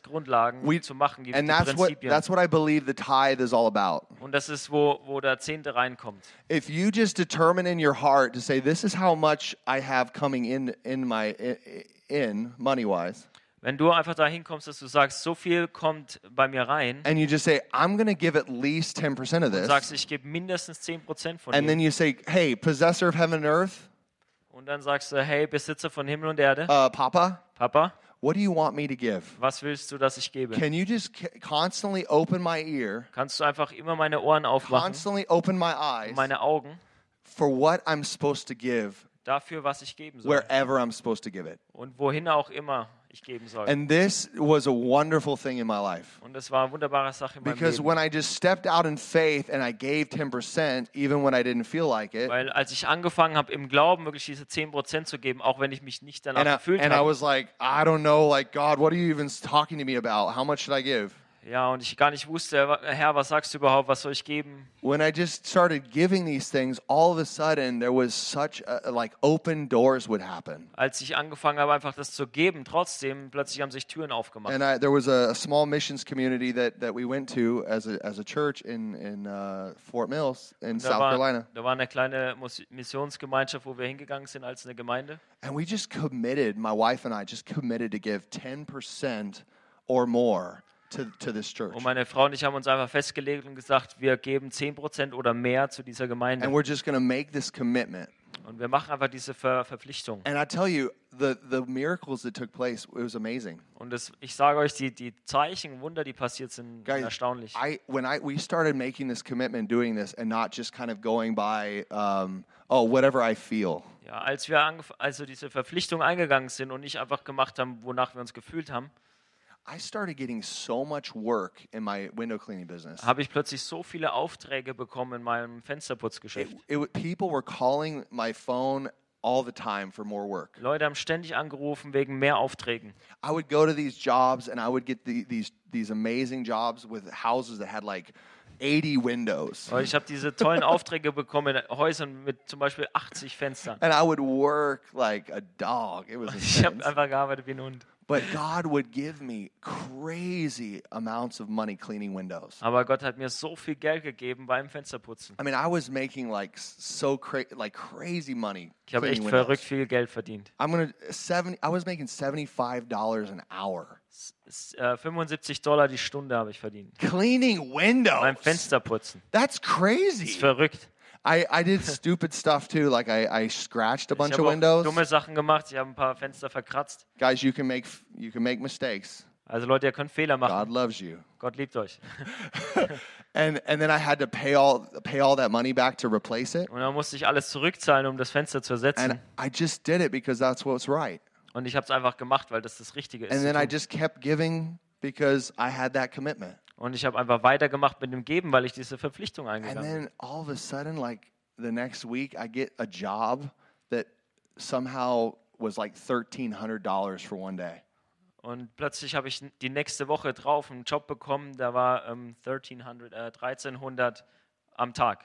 Speaker 2: Basis-Grundlagen
Speaker 1: We-
Speaker 2: zu machen, die, die
Speaker 1: And that's what
Speaker 2: Prinzipien.
Speaker 1: that's what I believe the tithe is all about.
Speaker 2: und das ist, wo, wo der Zehnte reinkommt.
Speaker 1: if you just determine in your heart to say this is how much i have coming in in my i- i- in money wise
Speaker 2: Wenn du einfach dahin kommst, dass du sagst, so viel kommt bei mir rein,
Speaker 1: and you just say i'm going to give at least 10% of
Speaker 2: und
Speaker 1: this
Speaker 2: sagst, ich gebe mindestens 10% von
Speaker 1: and
Speaker 2: dir.
Speaker 1: then you say hey possessor of heaven and earth
Speaker 2: Und dann sagst du, hey, Besitzer von Himmel und Erde,
Speaker 1: uh, papa
Speaker 2: Papa,
Speaker 1: what do you want me to give
Speaker 2: was willst du, dass ich gebe?
Speaker 1: can you just c- constantly open my ear
Speaker 2: Kannst du einfach immer meine Ohren aufmachen,
Speaker 1: constantly open my eyes
Speaker 2: meine Augen
Speaker 1: for what i'm supposed to give
Speaker 2: dafür, was ich geben soll
Speaker 1: wherever i'm supposed to give it
Speaker 2: und wohin auch immer ich geben soll.
Speaker 1: and this was a wonderful thing in my life
Speaker 2: Und das war eine wunderbare Sache in meinem
Speaker 1: Because
Speaker 2: Leben.
Speaker 1: when I just stepped out in faith and I gave 10%, even when I didn't feel like it,
Speaker 2: Weil als ich angefangen habe, im Glauben wirklich diese 10% zu geben, auch wenn ich mich nicht danach
Speaker 1: and I,
Speaker 2: gefühlt
Speaker 1: and I
Speaker 2: habe,
Speaker 1: was like, I don't know, like, God, what are you even talking to me about? How much should I give?
Speaker 2: ja, und ich gar nicht wusste, "Wa- Herr, was sagst du überhaupt, was soll ich geben?
Speaker 1: When I just started giving these things, all of a sudden there was such, a, like, open doors would happen.
Speaker 2: Als ich angefangen habe, einfach das zu geben, trotzdem, plötzlich haben sich Türen aufgemacht.
Speaker 1: And I, there was a, a small missions community that, that we went to as a, as a church in, in uh, Fort Mills in
Speaker 2: Da
Speaker 1: South
Speaker 2: war,
Speaker 1: Carolina.
Speaker 2: da war eine kleine Mus- Missionsgemeinschaft, wo wir hingegangen sind als eine Gemeinde.
Speaker 1: And we just committed, my wife and I just committed to give 10% or more to, to this church.
Speaker 2: Und meine Frau und ich haben uns einfach festgelegt und gesagt, wir geben 10% oder mehr zu dieser Gemeinde.
Speaker 1: And we're just going to make this commitment.
Speaker 2: Und wir machen einfach diese Ver Verpflichtung.
Speaker 1: And I tell you, the, the miracles that took place, it was amazing.
Speaker 2: Und das, ich sage euch, die, die Zeichen, Wunder, die passiert sind, sind
Speaker 1: Guys,
Speaker 2: erstaunlich.
Speaker 1: I, when I, we started making this commitment, doing this, and not just kind of going by, um, oh, whatever I feel.
Speaker 2: Ja, als wir angef- also diese Verpflichtung eingegangen sind und nicht einfach gemacht haben, wonach wir uns gefühlt haben,
Speaker 1: I started getting so much work in my window cleaning business.
Speaker 2: habe ich plötzlich so viele Aufträge bekommen in meinem
Speaker 1: It,
Speaker 2: Fensterputzgeschäft.
Speaker 1: it, people were calling my phone all the time for more work.
Speaker 2: Leute haben ständig angerufen wegen mehr Aufträgen.
Speaker 1: I would go to these jobs and I would get the, these these amazing jobs with houses that had like 80 windows.
Speaker 2: Leute, Oh, ich habe diese tollen Aufträge bekommen in Häusern mit zum Beispiel 80 Fenstern.
Speaker 1: And I would work like a dog. It was
Speaker 2: Ich habe
Speaker 1: intense.
Speaker 2: einfach gearbeitet wie ein Hund.
Speaker 1: But God would give me crazy amounts of money cleaning windows.
Speaker 2: Aber Gott hat mir so viel Geld gegeben beim Fensterputzen.
Speaker 1: I mean, I was making like s- so cra- like crazy money
Speaker 2: Ich
Speaker 1: cleaning
Speaker 2: habe echt
Speaker 1: windows.
Speaker 2: verrückt viel Geld verdient.
Speaker 1: I'm gonna seven. I was making seventy five dollars an hour
Speaker 2: S- s- äh, 75 Dollar die Stunde habe ich verdient.
Speaker 1: cleaning
Speaker 2: Beim
Speaker 1: windows.
Speaker 2: Fensterputzen.
Speaker 1: That's crazy.
Speaker 2: Das ist verrückt.
Speaker 1: I, I did stupid stuff too. Like I, I scratched a
Speaker 2: Ich
Speaker 1: bunch
Speaker 2: habe
Speaker 1: of
Speaker 2: auch
Speaker 1: windows.
Speaker 2: dumme Sachen gemacht. Ich habe ein paar Fenster verkratzt.
Speaker 1: Guys, you can make f- you can make mistakes.
Speaker 2: Also Leute, ihr könnt Fehler machen.
Speaker 1: God loves you.
Speaker 2: Gott liebt euch.
Speaker 1: And and then I had to pay all pay all that money back to replace it.
Speaker 2: Und dann musste ich alles zurückzahlen, um das Fenster zu
Speaker 1: And
Speaker 2: ersetzen.
Speaker 1: I just did it because that's what's right.
Speaker 2: Und ich habe es einfach gemacht, weil das das Richtige ist.
Speaker 1: And
Speaker 2: zu
Speaker 1: then I
Speaker 2: tun.
Speaker 1: just kept giving because I had that commitment.
Speaker 2: Und ich habe einfach weitergemacht mit dem Geben, weil ich diese Verpflichtung
Speaker 1: And
Speaker 2: eingegangen bin.
Speaker 1: then all of a sudden, like the next week, I get a job that somehow was like thirteen hundred dollars for one day.
Speaker 2: Und plötzlich habe ich n- die nächste Woche drauf einen Job bekommen, da war ähm, 1300, äh, 1300 am Tag.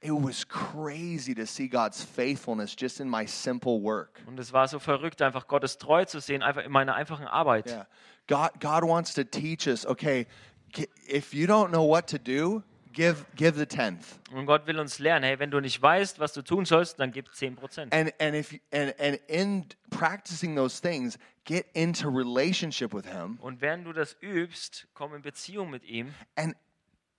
Speaker 1: It was crazy to see God's faithfulness just in my simple work.
Speaker 2: Und es war so verrückt, einfach Gottes treu zu sehen, einfach in meiner einfachen Arbeit.
Speaker 1: Yeah. God God wants to teach us, okay, gi- if you don't know what to do, give give the tenth.
Speaker 2: Und Gott will uns lernen, hey, wenn du nicht weißt, was du tun sollst, dann gib 10 Prozent.
Speaker 1: And and if you- and and in practicing those things, get into relationship with him
Speaker 2: Und während du das übst, komm in Beziehung mit ihm
Speaker 1: and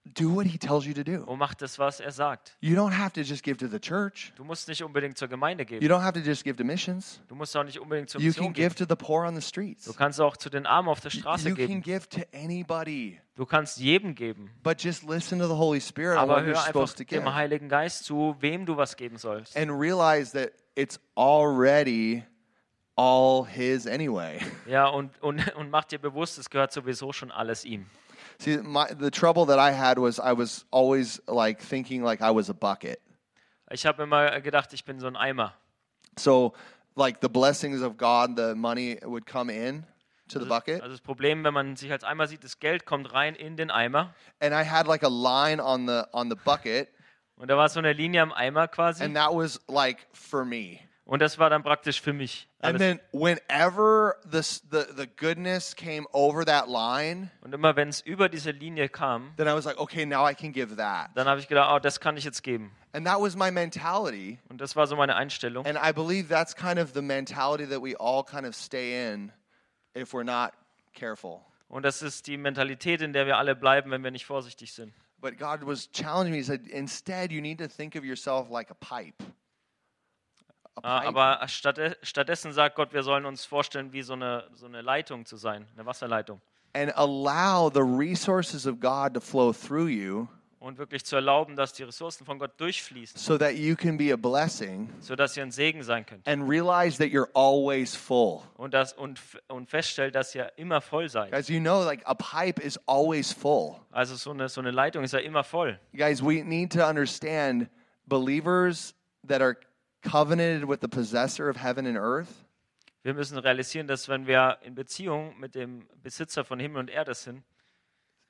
Speaker 1: do what he tells you to do.
Speaker 2: und mach das, was er sagt.
Speaker 1: You don't have to just give to the church.
Speaker 2: Du musst nicht unbedingt zur Gemeinde
Speaker 1: You
Speaker 2: geben.
Speaker 1: don't have to just give to missions.
Speaker 2: Du musst auch nicht unbedingt zur
Speaker 1: You can
Speaker 2: Mission geben.
Speaker 1: give to the poor on the streets.
Speaker 2: Du kannst auch zu den Armen auf der Straße
Speaker 1: You can
Speaker 2: geben.
Speaker 1: give to anybody,
Speaker 2: Du kannst jedem geben.
Speaker 1: but just listen to the Holy Spirit on
Speaker 2: Aber
Speaker 1: what you're
Speaker 2: hör einfach
Speaker 1: supposed to give
Speaker 2: dem Heiligen Geist zu, wem du was geben sollst.
Speaker 1: and realize that it's already all His anyway. [LAUGHS]
Speaker 2: Ja, und, und, [LAUGHS] und mach dir bewusst, es gehört sowieso schon alles ihm.
Speaker 1: See, my, the trouble that I had was I was always like thinking like I was a bucket.
Speaker 2: Ich habe immer gedacht, ich bin so ein Eimer.
Speaker 1: So, like the blessings of God, the money would come in to
Speaker 2: Mm-hmm.
Speaker 1: the bucket,
Speaker 2: Also das Problem, wenn man sich als Eimer sieht, das Geld kommt rein in den Eimer.
Speaker 1: and I had like a line on the on the bucket,
Speaker 2: Und da war so eine Linie am Eimer quasi.
Speaker 1: and that was like for me.
Speaker 2: Und das war dann praktisch für mich.
Speaker 1: And
Speaker 2: Alles.
Speaker 1: then whenever this the, the goodness came over that line,
Speaker 2: Und immer wenn es über diese Linie kam,
Speaker 1: then I was like, okay, now I can give that.
Speaker 2: dann habe ich gedacht, oh, das kann ich jetzt geben.
Speaker 1: And that was my mentality.
Speaker 2: Und das war so meine Einstellung.
Speaker 1: And I believe that's kind of the mentality that we all kind of stay in if we're not careful.
Speaker 2: Und das ist die Mentalität, in der wir alle bleiben, wenn wir nicht vorsichtig sind.
Speaker 1: But God was challenging me. He said, instead, you need to think of yourself like a pipe. A
Speaker 2: Ah,
Speaker 1: pipe.
Speaker 2: Aber statt, stattdessen sagt Gott, wir sollen uns vorstellen, wie so eine, so eine Leitung zu sein, eine Wasserleitung.
Speaker 1: and allow the resources of God to flow through you
Speaker 2: Und wirklich zu erlauben, dass die Ressourcen von Gott durchfließen,
Speaker 1: so that you can be a blessing
Speaker 2: sodass ihr ein Segen sein könnt.
Speaker 1: and realize that you're always full.
Speaker 2: Und, das, und, f- und feststellt, dass ihr immer voll seid.
Speaker 1: Guys, you know, like a pipe is always full.
Speaker 2: Also so eine, so eine Leitung ist ja immer voll.
Speaker 1: Guys, we need to understand believers that are covenanted with the possessor of heaven and earth
Speaker 2: Wir müssen realisieren, dass wenn wir in Beziehung mit dem Besitzer von Himmel und Erde sind,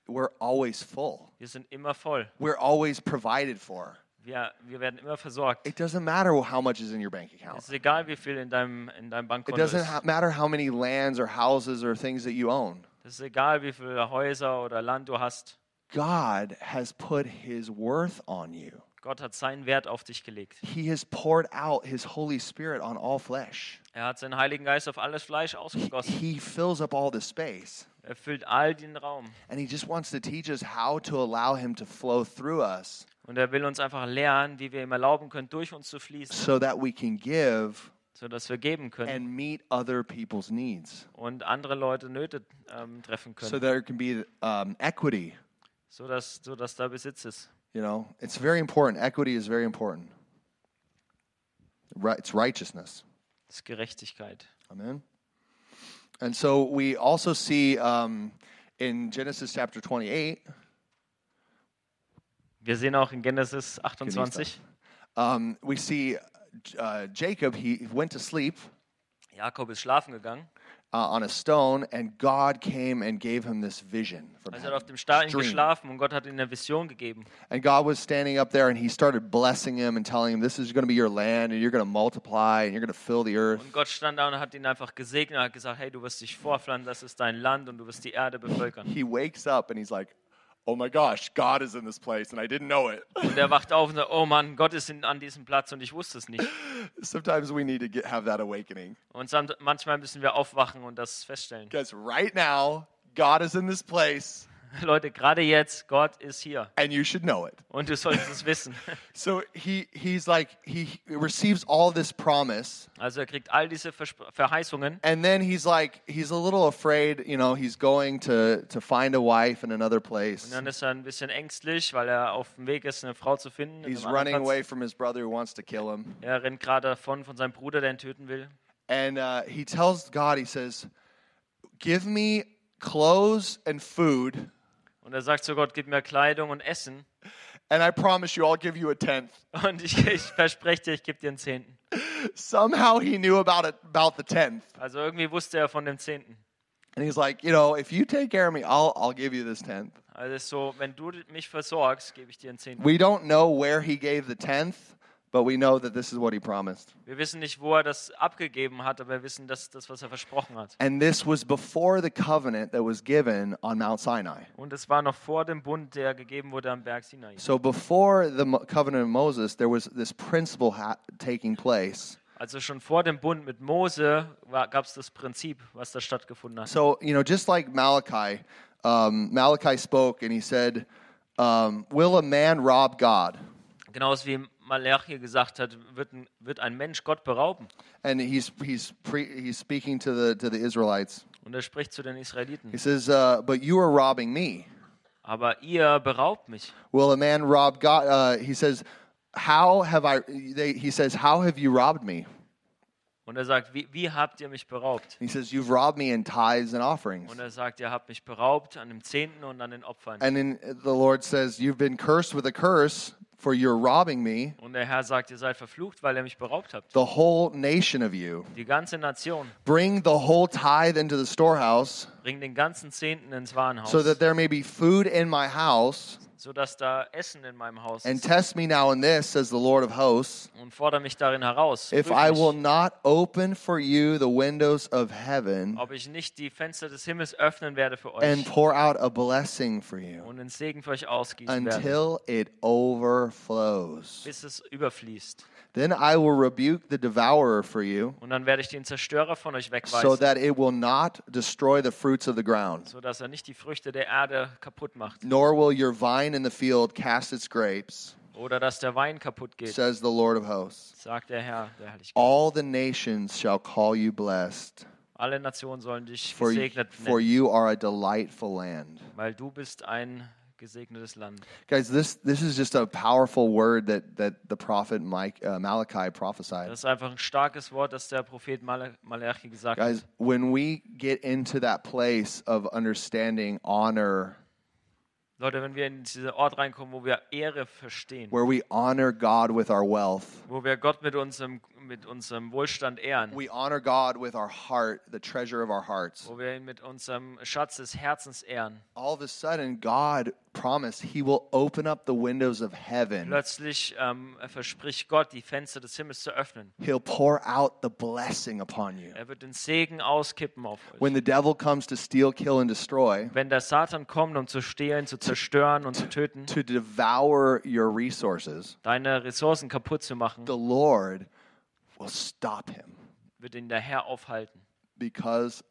Speaker 1: we're always full.
Speaker 2: wir sind immer voll.
Speaker 1: We're always provided for.
Speaker 2: Wir, wir werden immer versorgt.
Speaker 1: It doesn't matter how much is in your bank
Speaker 2: Es
Speaker 1: account.
Speaker 2: ist egal, wie viel in deinem, in deinem
Speaker 1: It
Speaker 2: Bankkonto ist.
Speaker 1: doesn't ha- matter how many lands or houses or things that you own.
Speaker 2: Es ist egal, wie viele Häuser oder Land du hast.
Speaker 1: God has put his worth on you.
Speaker 2: Gott hat seinen Wert auf dich gelegt.
Speaker 1: He has poured out his Holy Spirit on all flesh.
Speaker 2: Er hat seinen Heiligen Geist auf alles Fleisch ausgegossen.
Speaker 1: He fills up all the space.
Speaker 2: Er füllt all den Raum.
Speaker 1: And he just wants to teach us how to allow him to flow through us
Speaker 2: Und er will uns einfach lernen, wie wir ihm erlauben können, durch uns zu fließen,
Speaker 1: so that we can give
Speaker 2: sodass wir geben können
Speaker 1: and meet other people's needs.
Speaker 2: und andere Leute Nöte ähm, treffen
Speaker 1: So
Speaker 2: können,
Speaker 1: there can be um, equity.
Speaker 2: sodass, sodass da Besitz ist.
Speaker 1: You know, it's very important. Equity is very important. Right, it's righteousness.
Speaker 2: Das ist Gerechtigkeit.
Speaker 1: Amen. And so we also see um, in Genesis chapter 28,
Speaker 2: Wir sehen auch in Genesis 28,
Speaker 1: um, we see uh, Jacob, he went to sleep
Speaker 2: Jakob ist schlafen gegangen.
Speaker 1: uh, on a stone, and God came and gave him this vision. From
Speaker 2: Also er
Speaker 1: heaven,
Speaker 2: hat auf dem Stein
Speaker 1: this dream.
Speaker 2: geschlafen und Gott hat ihm eine Vision gegeben.
Speaker 1: And God was standing up there, and he started blessing him and telling him, This is going to be your land, and you're going to multiply, and you're going to fill the earth.
Speaker 2: Und Gott stand da und hat ihn einfach gesegnet und hat gesagt, hey, du wirst dich vorpflanzen, das ist dein Land und du wirst die Erde bevölkern.
Speaker 1: He wakes up and he's like, Oh my gosh, God is in this place, and I didn't know it. [LAUGHS]
Speaker 2: Und er wacht auf und sagt, oh Mann, Gott ist in, an diesem Platz und ich wusste es nicht.
Speaker 1: Sometimes we need to get, have that awakening.
Speaker 2: Und samt- manchmal müssen wir aufwachen und das feststellen.
Speaker 1: Because right now, God is in this place,
Speaker 2: Leute, gerade jetzt, Gott ist hier
Speaker 1: and you should know it.
Speaker 2: und du solltest es wissen.
Speaker 1: So he, he's like, he receives all this promise,
Speaker 2: Also er kriegt all diese Verspr Verheißungen
Speaker 1: and then he's like, he's a little afraid, you know, he's going to, to find a wife in another
Speaker 2: und
Speaker 1: place.
Speaker 2: dann ist er ein bisschen ängstlich, weil er auf dem Weg ist, eine Frau zu finden. in
Speaker 1: He's
Speaker 2: einem anderen
Speaker 1: running away
Speaker 2: Platz.
Speaker 1: from his brother who wants to kill him.
Speaker 2: Er rennt gerade davon von seinem Bruder, der ihn töten will.
Speaker 1: And uh, he tells God, he says, Give me clothes and food,
Speaker 2: Und er sagt zu Gott, gib mir Kleidung und Essen.
Speaker 1: and I promise you I'll give you a tenth.
Speaker 2: Und ich, ich verspreche dir, ich gebe dir einen Zehnten.
Speaker 1: Somehow he knew about it, about the tenth.
Speaker 2: Also irgendwie wusste er von dem Zehnten.
Speaker 1: And he's like, you know, if you take care of me, I'll, I'll give you this tenth.
Speaker 2: Also es ist so, wenn du mich versorgst, gebe ich dir einen Zehnten.
Speaker 1: We don't know where he gave the tenth, but we know that this is what he promised.
Speaker 2: Wir wissen nicht, wo er das abgegeben hat, aber wir wissen, dass das, was er versprochen hat.
Speaker 1: And this was before the covenant that was given on Mount Sinai.
Speaker 2: Und es war noch vor dem Bund, der gegeben wurde am Berg Sinai.
Speaker 1: So before the Mo- covenant of Moses, there was this principle ha- taking place.
Speaker 2: Also schon vor dem Bund mit Mose gab es das Prinzip, was da stattgefunden hat.
Speaker 1: So, you know, just like Malachi, um, Malachi spoke and he said, um, Will a man rob God?
Speaker 2: Genauso Genau wie Malachi gesagt hat, wird ein, wird ein Mensch Gott berauben.
Speaker 1: And he's, he's, pre- he's speaking to the, to the Israelites.
Speaker 2: Und er spricht zu den Israeliten.
Speaker 1: He says, uh, But you are robbing me.
Speaker 2: Aber ihr beraubt mich.
Speaker 1: Will a man rob God? Uh, he says, How have I, they, he says, How have you robbed me?
Speaker 2: Und er sagt, wie, wie habt ihr mich beraubt?
Speaker 1: He says, You've robbed me in tithes and offerings.
Speaker 2: Und er sagt, ihr habt mich beraubt an dem Zehnten und an den Opfern.
Speaker 1: And then the Lord says, You've been cursed with a curse, for you're robbing me,
Speaker 2: Und der Herr sagt, ihr seid verflucht, weil ihr mich beraubt habt.
Speaker 1: the whole nation of you.
Speaker 2: Die ganze Nation
Speaker 1: Bring the whole tithe into the storehouse,
Speaker 2: bringt den ganzen Zehnten ins Warenhaus,
Speaker 1: so that there may be food in my house,
Speaker 2: sodass da Essen in meinem Haus
Speaker 1: and
Speaker 2: ist.
Speaker 1: test me now in this, says the Lord of hosts,
Speaker 2: Und fordere mich darin heraus,
Speaker 1: if
Speaker 2: prüf
Speaker 1: I
Speaker 2: mich,
Speaker 1: will not open for you the windows of heaven
Speaker 2: ob ich nicht die Fenster des Himmels öffnen werde für
Speaker 1: and
Speaker 2: euch
Speaker 1: pour out a blessing for you
Speaker 2: und den Segen für euch ausgießen werde,
Speaker 1: until it overflows.
Speaker 2: bis es überfließt.
Speaker 1: Then I will rebuke the devourer for you.
Speaker 2: Und dann werde ich den Zerstörer von euch
Speaker 1: so
Speaker 2: wegweisen,
Speaker 1: that it will not destroy the fruits of the ground,
Speaker 2: sodass er nicht die Früchte der Erde kaputt macht
Speaker 1: nor will your vine in the field cast its grapes,
Speaker 2: oder dass der Wein kaputt geht,
Speaker 1: says the Lord of hosts.
Speaker 2: sagt der Herr, der Herrlichkeit.
Speaker 1: All the nations shall call you blessed,
Speaker 2: Alle Nationen sollen dich
Speaker 1: for,
Speaker 2: gesegnet
Speaker 1: for
Speaker 2: nennen,
Speaker 1: you are a delightful land.
Speaker 2: weil du bist ein gesegnetes Land.
Speaker 1: Guys, this, this is just a powerful word that, that the prophet Mike, uh, Malachi prophesied.
Speaker 2: Das ist einfach ein starkes Wort, das der Prophet Mal Malachi gesagt
Speaker 1: Guys,
Speaker 2: hat.
Speaker 1: when we get into that place of understanding honor,
Speaker 2: Leute, wenn wir in diesen Ort reinkommen, wo wir Ehre verstehen,
Speaker 1: where we honor God with our wealth,
Speaker 2: wo wir Gott mit unserem, mit unserem Wohlstand ehren,
Speaker 1: we honor God with our heart, the treasure of our hearts.
Speaker 2: wo wir ihn mit unserem Schatz des Herzens ehren,
Speaker 1: all of a sudden god promised he will open up the windows of heaven
Speaker 2: plötzlich ähm, verspricht Gott, die Fenster des Himmels zu öffnen.
Speaker 1: he'll pour out the blessing upon you
Speaker 2: Er wird den Segen auskippen auf euch.
Speaker 1: when the devil comes to steal kill and destroy
Speaker 2: Wenn der Satan kommt, um zu stehlen, zu zerstören und zu töten,
Speaker 1: to devour your resources
Speaker 2: deine Ressourcen kaputt zu machen,
Speaker 1: the lord will stop him
Speaker 2: wird ihn der Herr aufhalten.
Speaker 1: because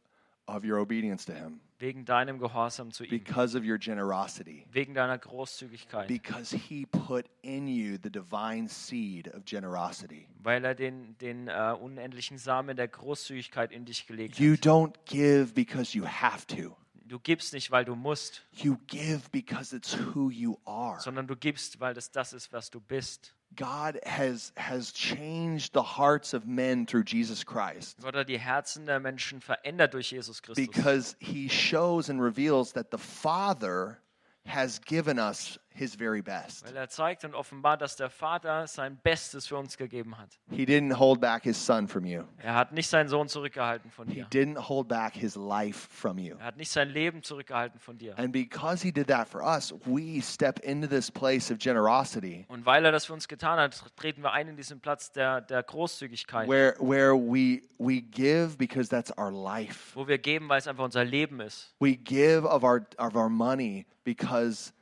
Speaker 1: of your obedience to him
Speaker 2: Wegen deinem Gehorsam zu ihm,
Speaker 1: because of your generosity
Speaker 2: wegen deiner Großzügigkeit.
Speaker 1: because he put in you the divine seed of generosity
Speaker 2: weil er den, den äh, unendlichen Samen der Großzügigkeit in dich gelegt
Speaker 1: you
Speaker 2: hat.
Speaker 1: don't give because you have to
Speaker 2: Du gibst nicht, weil du musst,
Speaker 1: you give because it's who you are
Speaker 2: sondern du gibst, weil das das ist, was du bist.
Speaker 1: God has has changed the hearts of men through Jesus Christ
Speaker 2: Gott hat die Herzen der Menschen verändert durch Jesus Christus,
Speaker 1: because he shows and reveals that the Father has given us his very best.
Speaker 2: weil er zeigt und offenbart, dass der Vater sein Bestes für uns gegeben hat.
Speaker 1: He didn't hold back his son from you.
Speaker 2: Er hat nicht seinen Sohn zurückgehalten von
Speaker 1: He
Speaker 2: dir.
Speaker 1: didn't hold back his life from you.
Speaker 2: Er hat nicht sein Leben zurückgehalten von dir.
Speaker 1: And because he did that for us, we step into this place of generosity
Speaker 2: Und weil er das für uns getan hat, treten wir ein in diesen Platz der, der Großzügigkeit,
Speaker 1: where where we we give because that's our life.
Speaker 2: wo wir geben, weil es einfach unser Leben ist.
Speaker 1: We give of our of our money because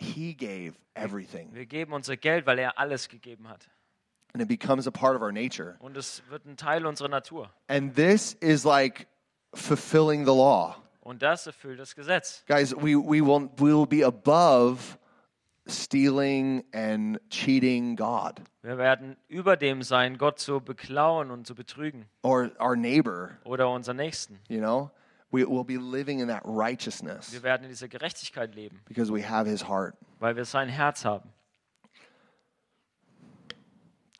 Speaker 1: he gave everything.
Speaker 2: Wir geben unser Geld, weil er alles gegeben hat.
Speaker 1: and it becomes a part of our nature.
Speaker 2: Und es wird ein Teil unserer Natur.
Speaker 1: And this is like fulfilling the law.
Speaker 2: Und das erfüllt das Gesetz.
Speaker 1: Guys, we, we, will, we will be above stealing and cheating God
Speaker 2: Wir werden über dem sein, Gott zu beklauen und zu betrügen
Speaker 1: or our neighbor,
Speaker 2: oder unseren Nächsten.
Speaker 1: you know? We will be living in that righteousness
Speaker 2: Wir werden in dieser Gerechtigkeit leben,
Speaker 1: because we have his heart.
Speaker 2: weil wir sein Herz haben.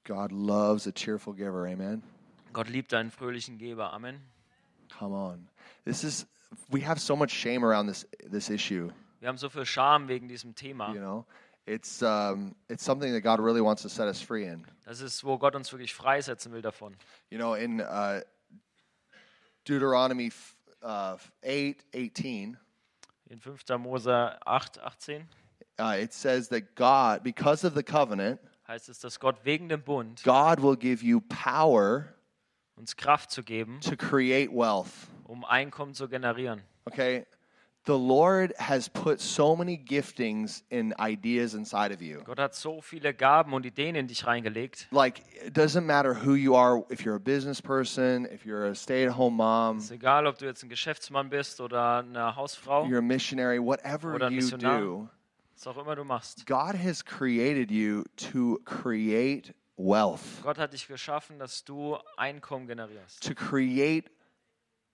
Speaker 1: God loves a cheerful giver, amen?
Speaker 2: Gott liebt einen fröhlichen Geber. Amen.
Speaker 1: Come on. This is, we have so much shame around this, this issue,
Speaker 2: Wir haben so viel Scham wegen diesem Thema.
Speaker 1: you know? It's, um, it's something that God really wants to set us free in.
Speaker 2: Das ist, wo Gott uns wirklich freisetzen will davon.
Speaker 1: You know, in uh, Deuteronomy f- uh, 8 18,
Speaker 2: In 5. Mose 8, 18
Speaker 1: uh, it says that God, because of the covenant,
Speaker 2: heißt es, dass Gott wegen dem Bund
Speaker 1: God will give you power
Speaker 2: uns Kraft zu geben,
Speaker 1: to create wealth.
Speaker 2: um Einkommen zu generieren.
Speaker 1: Okay? The Lord has put so many giftings and ideas inside of you.
Speaker 2: Gott hat so viele Gaben und Ideen in dich reingelegt.
Speaker 1: Like, it doesn't matter who you are, if you're a business person, if you're a stay at home mom,
Speaker 2: Ist egal, ob du jetzt ein Geschäftsmann bist oder eine Hausfrau,
Speaker 1: you're a missionary, whatever
Speaker 2: Oder ein
Speaker 1: you
Speaker 2: Missionar.
Speaker 1: do,
Speaker 2: was auch immer du machst.
Speaker 1: God has created you to create wealth,
Speaker 2: Gott hat dich geschaffen, dass du Einkommen generierst,
Speaker 1: to create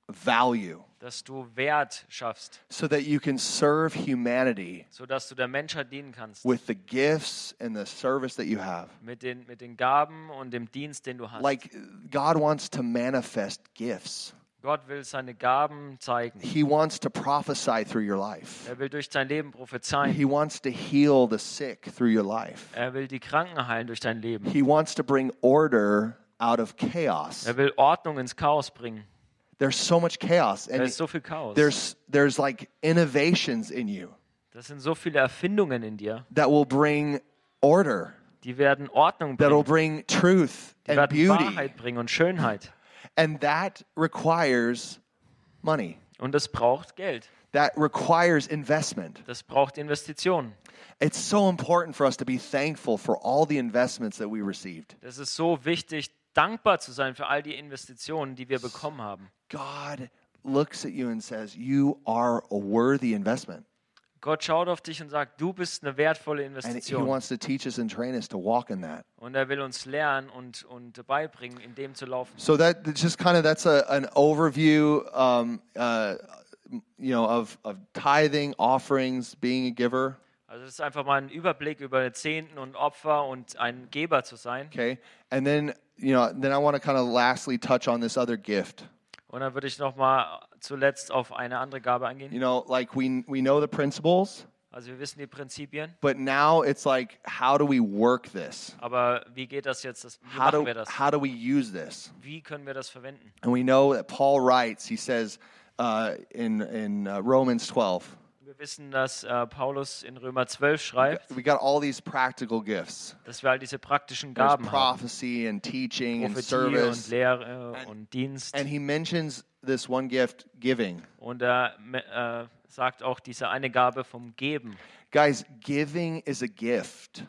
Speaker 1: value,
Speaker 2: dass du Wert schaffst,
Speaker 1: so that you can serve humanity
Speaker 2: sodass du der Menschheit dienen kannst.
Speaker 1: with the gifts and the service that you have.
Speaker 2: Mit den, mit den Gaben und dem Dienst, den du hast.
Speaker 1: Like, God wants to manifest gifts.
Speaker 2: Gott will seine Gaben zeigen.
Speaker 1: He wants to prophesy through your life.
Speaker 2: Er will durch dein Leben prophezeien.
Speaker 1: He wants to heal the sick through your life.
Speaker 2: Er will die Kranken heilen durch dein Leben.
Speaker 1: He wants to bring order out of chaos.
Speaker 2: Er will Ordnung ins Chaos bringen.
Speaker 1: There's so much chaos
Speaker 2: Da
Speaker 1: and
Speaker 2: ist so viel Chaos.
Speaker 1: there's there's like innovations in you
Speaker 2: Das sind so viele Erfindungen in dir.
Speaker 1: that will bring order,
Speaker 2: Die werden Ordnung
Speaker 1: that will
Speaker 2: bringen.
Speaker 1: bring truth
Speaker 2: Die
Speaker 1: and
Speaker 2: werden
Speaker 1: beauty.
Speaker 2: Wahrheit bringen und Schönheit.
Speaker 1: And that requires money.
Speaker 2: Und das braucht Geld.
Speaker 1: That requires investment.
Speaker 2: Das braucht Investitionen.
Speaker 1: It's so important for us to be thankful for all the investments that we received.
Speaker 2: Das ist so wichtig, dankbar zu sein für all die Investitionen, die wir bekommen haben.
Speaker 1: God looks at you and says, You are a worthy investment.
Speaker 2: Gott schaut auf dich und sagt, du bist eine wertvolle
Speaker 1: And He
Speaker 2: Investition.
Speaker 1: wants to teach us and train us to walk in that.
Speaker 2: Und er will uns lernen und, und beibringen, in dem zu laufen.
Speaker 1: So that that's just kind of that's a, an overview, um, uh, you know, of, of tithing, offerings, being a giver.
Speaker 2: Also das ist einfach mal ein Überblick über Zehnten und Opfer und ein Geber zu sein.
Speaker 1: Okay, and then you know, then I want to kind of lastly touch on this other gift.
Speaker 2: Und dann würde ich nochmal zuletzt auf eine andere Gabe eingehen.
Speaker 1: You know, like we we know the principles,
Speaker 2: Also wir wissen die Prinzipien,
Speaker 1: but now it's like, how do we work this?
Speaker 2: aber wie geht das jetzt? Das, wie
Speaker 1: How
Speaker 2: machen
Speaker 1: do
Speaker 2: wir das?
Speaker 1: how do we use this?
Speaker 2: Wie können wir das verwenden?
Speaker 1: And we know that Paul writes, he says uh, in, in uh, Romans 12,
Speaker 2: Wir wissen, dass äh, Paulus in Römer 12 schreibt,
Speaker 1: we got all these practical gifts.
Speaker 2: dass wir all diese praktischen
Speaker 1: There's
Speaker 2: Gaben haben.
Speaker 1: prophecy and teaching and
Speaker 2: Prophetie und
Speaker 1: service.
Speaker 2: Lehre und Dienst.
Speaker 1: And he mentions this one gift, giving.
Speaker 2: Und er me- äh, sagt auch diese eine Gabe vom Geben.
Speaker 1: Guys, giving is a gift,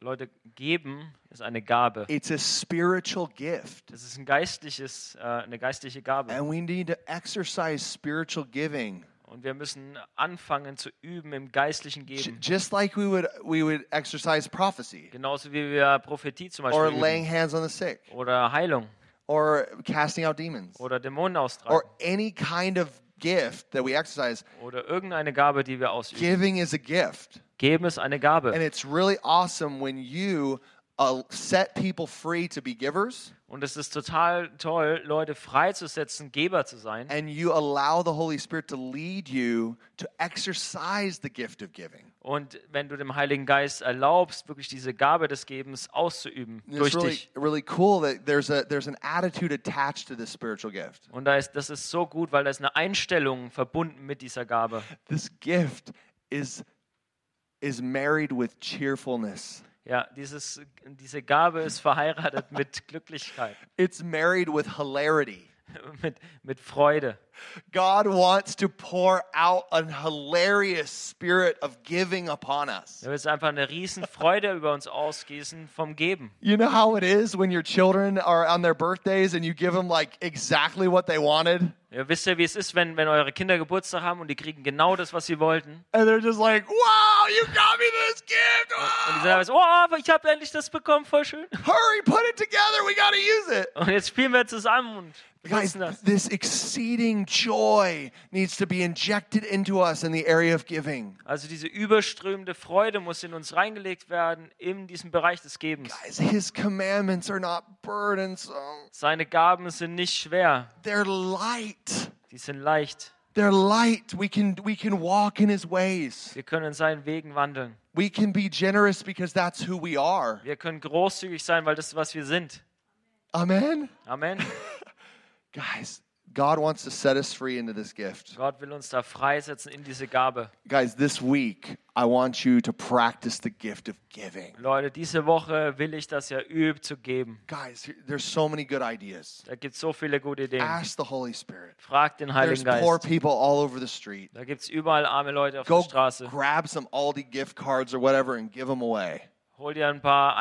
Speaker 2: Leute, Geben ist eine Gabe.
Speaker 1: it's a spiritual gift.
Speaker 2: Das ist ein geistliches, äh, eine geistliche Gabe.
Speaker 1: And we need to exercise spiritual giving.
Speaker 2: Und wir müssen anfangen zu üben im geistlichen
Speaker 1: J-
Speaker 2: Geben.
Speaker 1: Just like we would, we would exercise prophecy
Speaker 2: Genauso wie wir Prophetie zum Beispiel
Speaker 1: or laying
Speaker 2: üben.
Speaker 1: hands on the sick
Speaker 2: oder Heilung
Speaker 1: or casting out demons.
Speaker 2: oder Dämonen
Speaker 1: or
Speaker 2: austragen
Speaker 1: any kind of gift that we exercise.
Speaker 2: oder irgendeine Gabe, die wir ausüben.
Speaker 1: Giving is a gift.
Speaker 2: Geben ist eine
Speaker 1: And
Speaker 2: Gabe.
Speaker 1: it's really awesome when you uh, set people free to be givers
Speaker 2: Und es ist total toll, Leute freizusetzen, Geber zu sein.
Speaker 1: and you allow the Holy Spirit to lead you to exercise the gift of giving.
Speaker 2: Und wenn du dem Heiligen Geist erlaubst, wirklich diese Gabe des Gebens auszuüben
Speaker 1: And it's
Speaker 2: durch
Speaker 1: really,
Speaker 2: dich.
Speaker 1: really cool that there's, a, there's an attitude attached to this spiritual gift.
Speaker 2: Und da ist, das ist so gut, weil da ist eine Einstellung verbunden mit dieser Gabe.
Speaker 1: This gift is, is married with cheerfulness,
Speaker 2: Ja, dieses, diese Gabe ist verheiratet mit Glücklichkeit,
Speaker 1: it's married with hilarity.
Speaker 2: mit, mit Freude.
Speaker 1: God wants to pour out an hilarious spirit of giving upon us.
Speaker 2: Da wird einfach eine riesen Freude über uns ausgießen vom Geben.
Speaker 1: You know how it is when your children are on their birthdays and you give them like exactly what they wanted?
Speaker 2: Ja, wisst ihr, wie es ist, wenn, wenn eure Kinder Geburtstag haben und die kriegen genau das, was sie wollten?
Speaker 1: And they're just like, wow, you got me this gift.
Speaker 2: Und die
Speaker 1: Ah,
Speaker 2: sind einfach so, oh, ich habe endlich das bekommen, voll schön.
Speaker 1: hurry, put it together. We got to use it.
Speaker 2: Und jetzt spielen wir zusammen und
Speaker 1: Guys,
Speaker 2: benutzen das.
Speaker 1: this exceeding joy needs to be injected into us in the area of giving.
Speaker 2: Also diese überströmende Freude muss in uns reingelegt werden, in diesem Bereich des Gebens.
Speaker 1: Guys, his commandments are not burdensome,
Speaker 2: Seine Gaben sind nicht schwer,
Speaker 1: they're light.
Speaker 2: die sind leicht.
Speaker 1: They're light. We can we can walk in his ways.
Speaker 2: Wir können in seinen Wegen wandeln.
Speaker 1: We can be generous because that's who we are.
Speaker 2: Wir können großzügig sein, weil das ist, was wir sind.
Speaker 1: Amen.
Speaker 2: Amen.
Speaker 1: Guys, God wants to set us free into this gift.
Speaker 2: [LAUGHS] Gott will uns da freisetzen in diese Gabe.
Speaker 1: Guys, this week, I want you to practice the gift of giving.
Speaker 2: Leute, diese Woche will ich, dass ihr übt zu geben.
Speaker 1: Guys, here- there's so many good ideas.
Speaker 2: Da gibt es so viele gute Ideen.
Speaker 1: Ask the Holy Spirit.
Speaker 2: Fragt den
Speaker 1: Ah, There's
Speaker 2: Heiligen
Speaker 1: poor
Speaker 2: Geist.
Speaker 1: people all over the street.
Speaker 2: Da gibt es überall arme Leute auf
Speaker 1: Go
Speaker 2: der Straße.
Speaker 1: grab some Aldi gift cards or whatever and give them away.
Speaker 2: Hol dir ein paar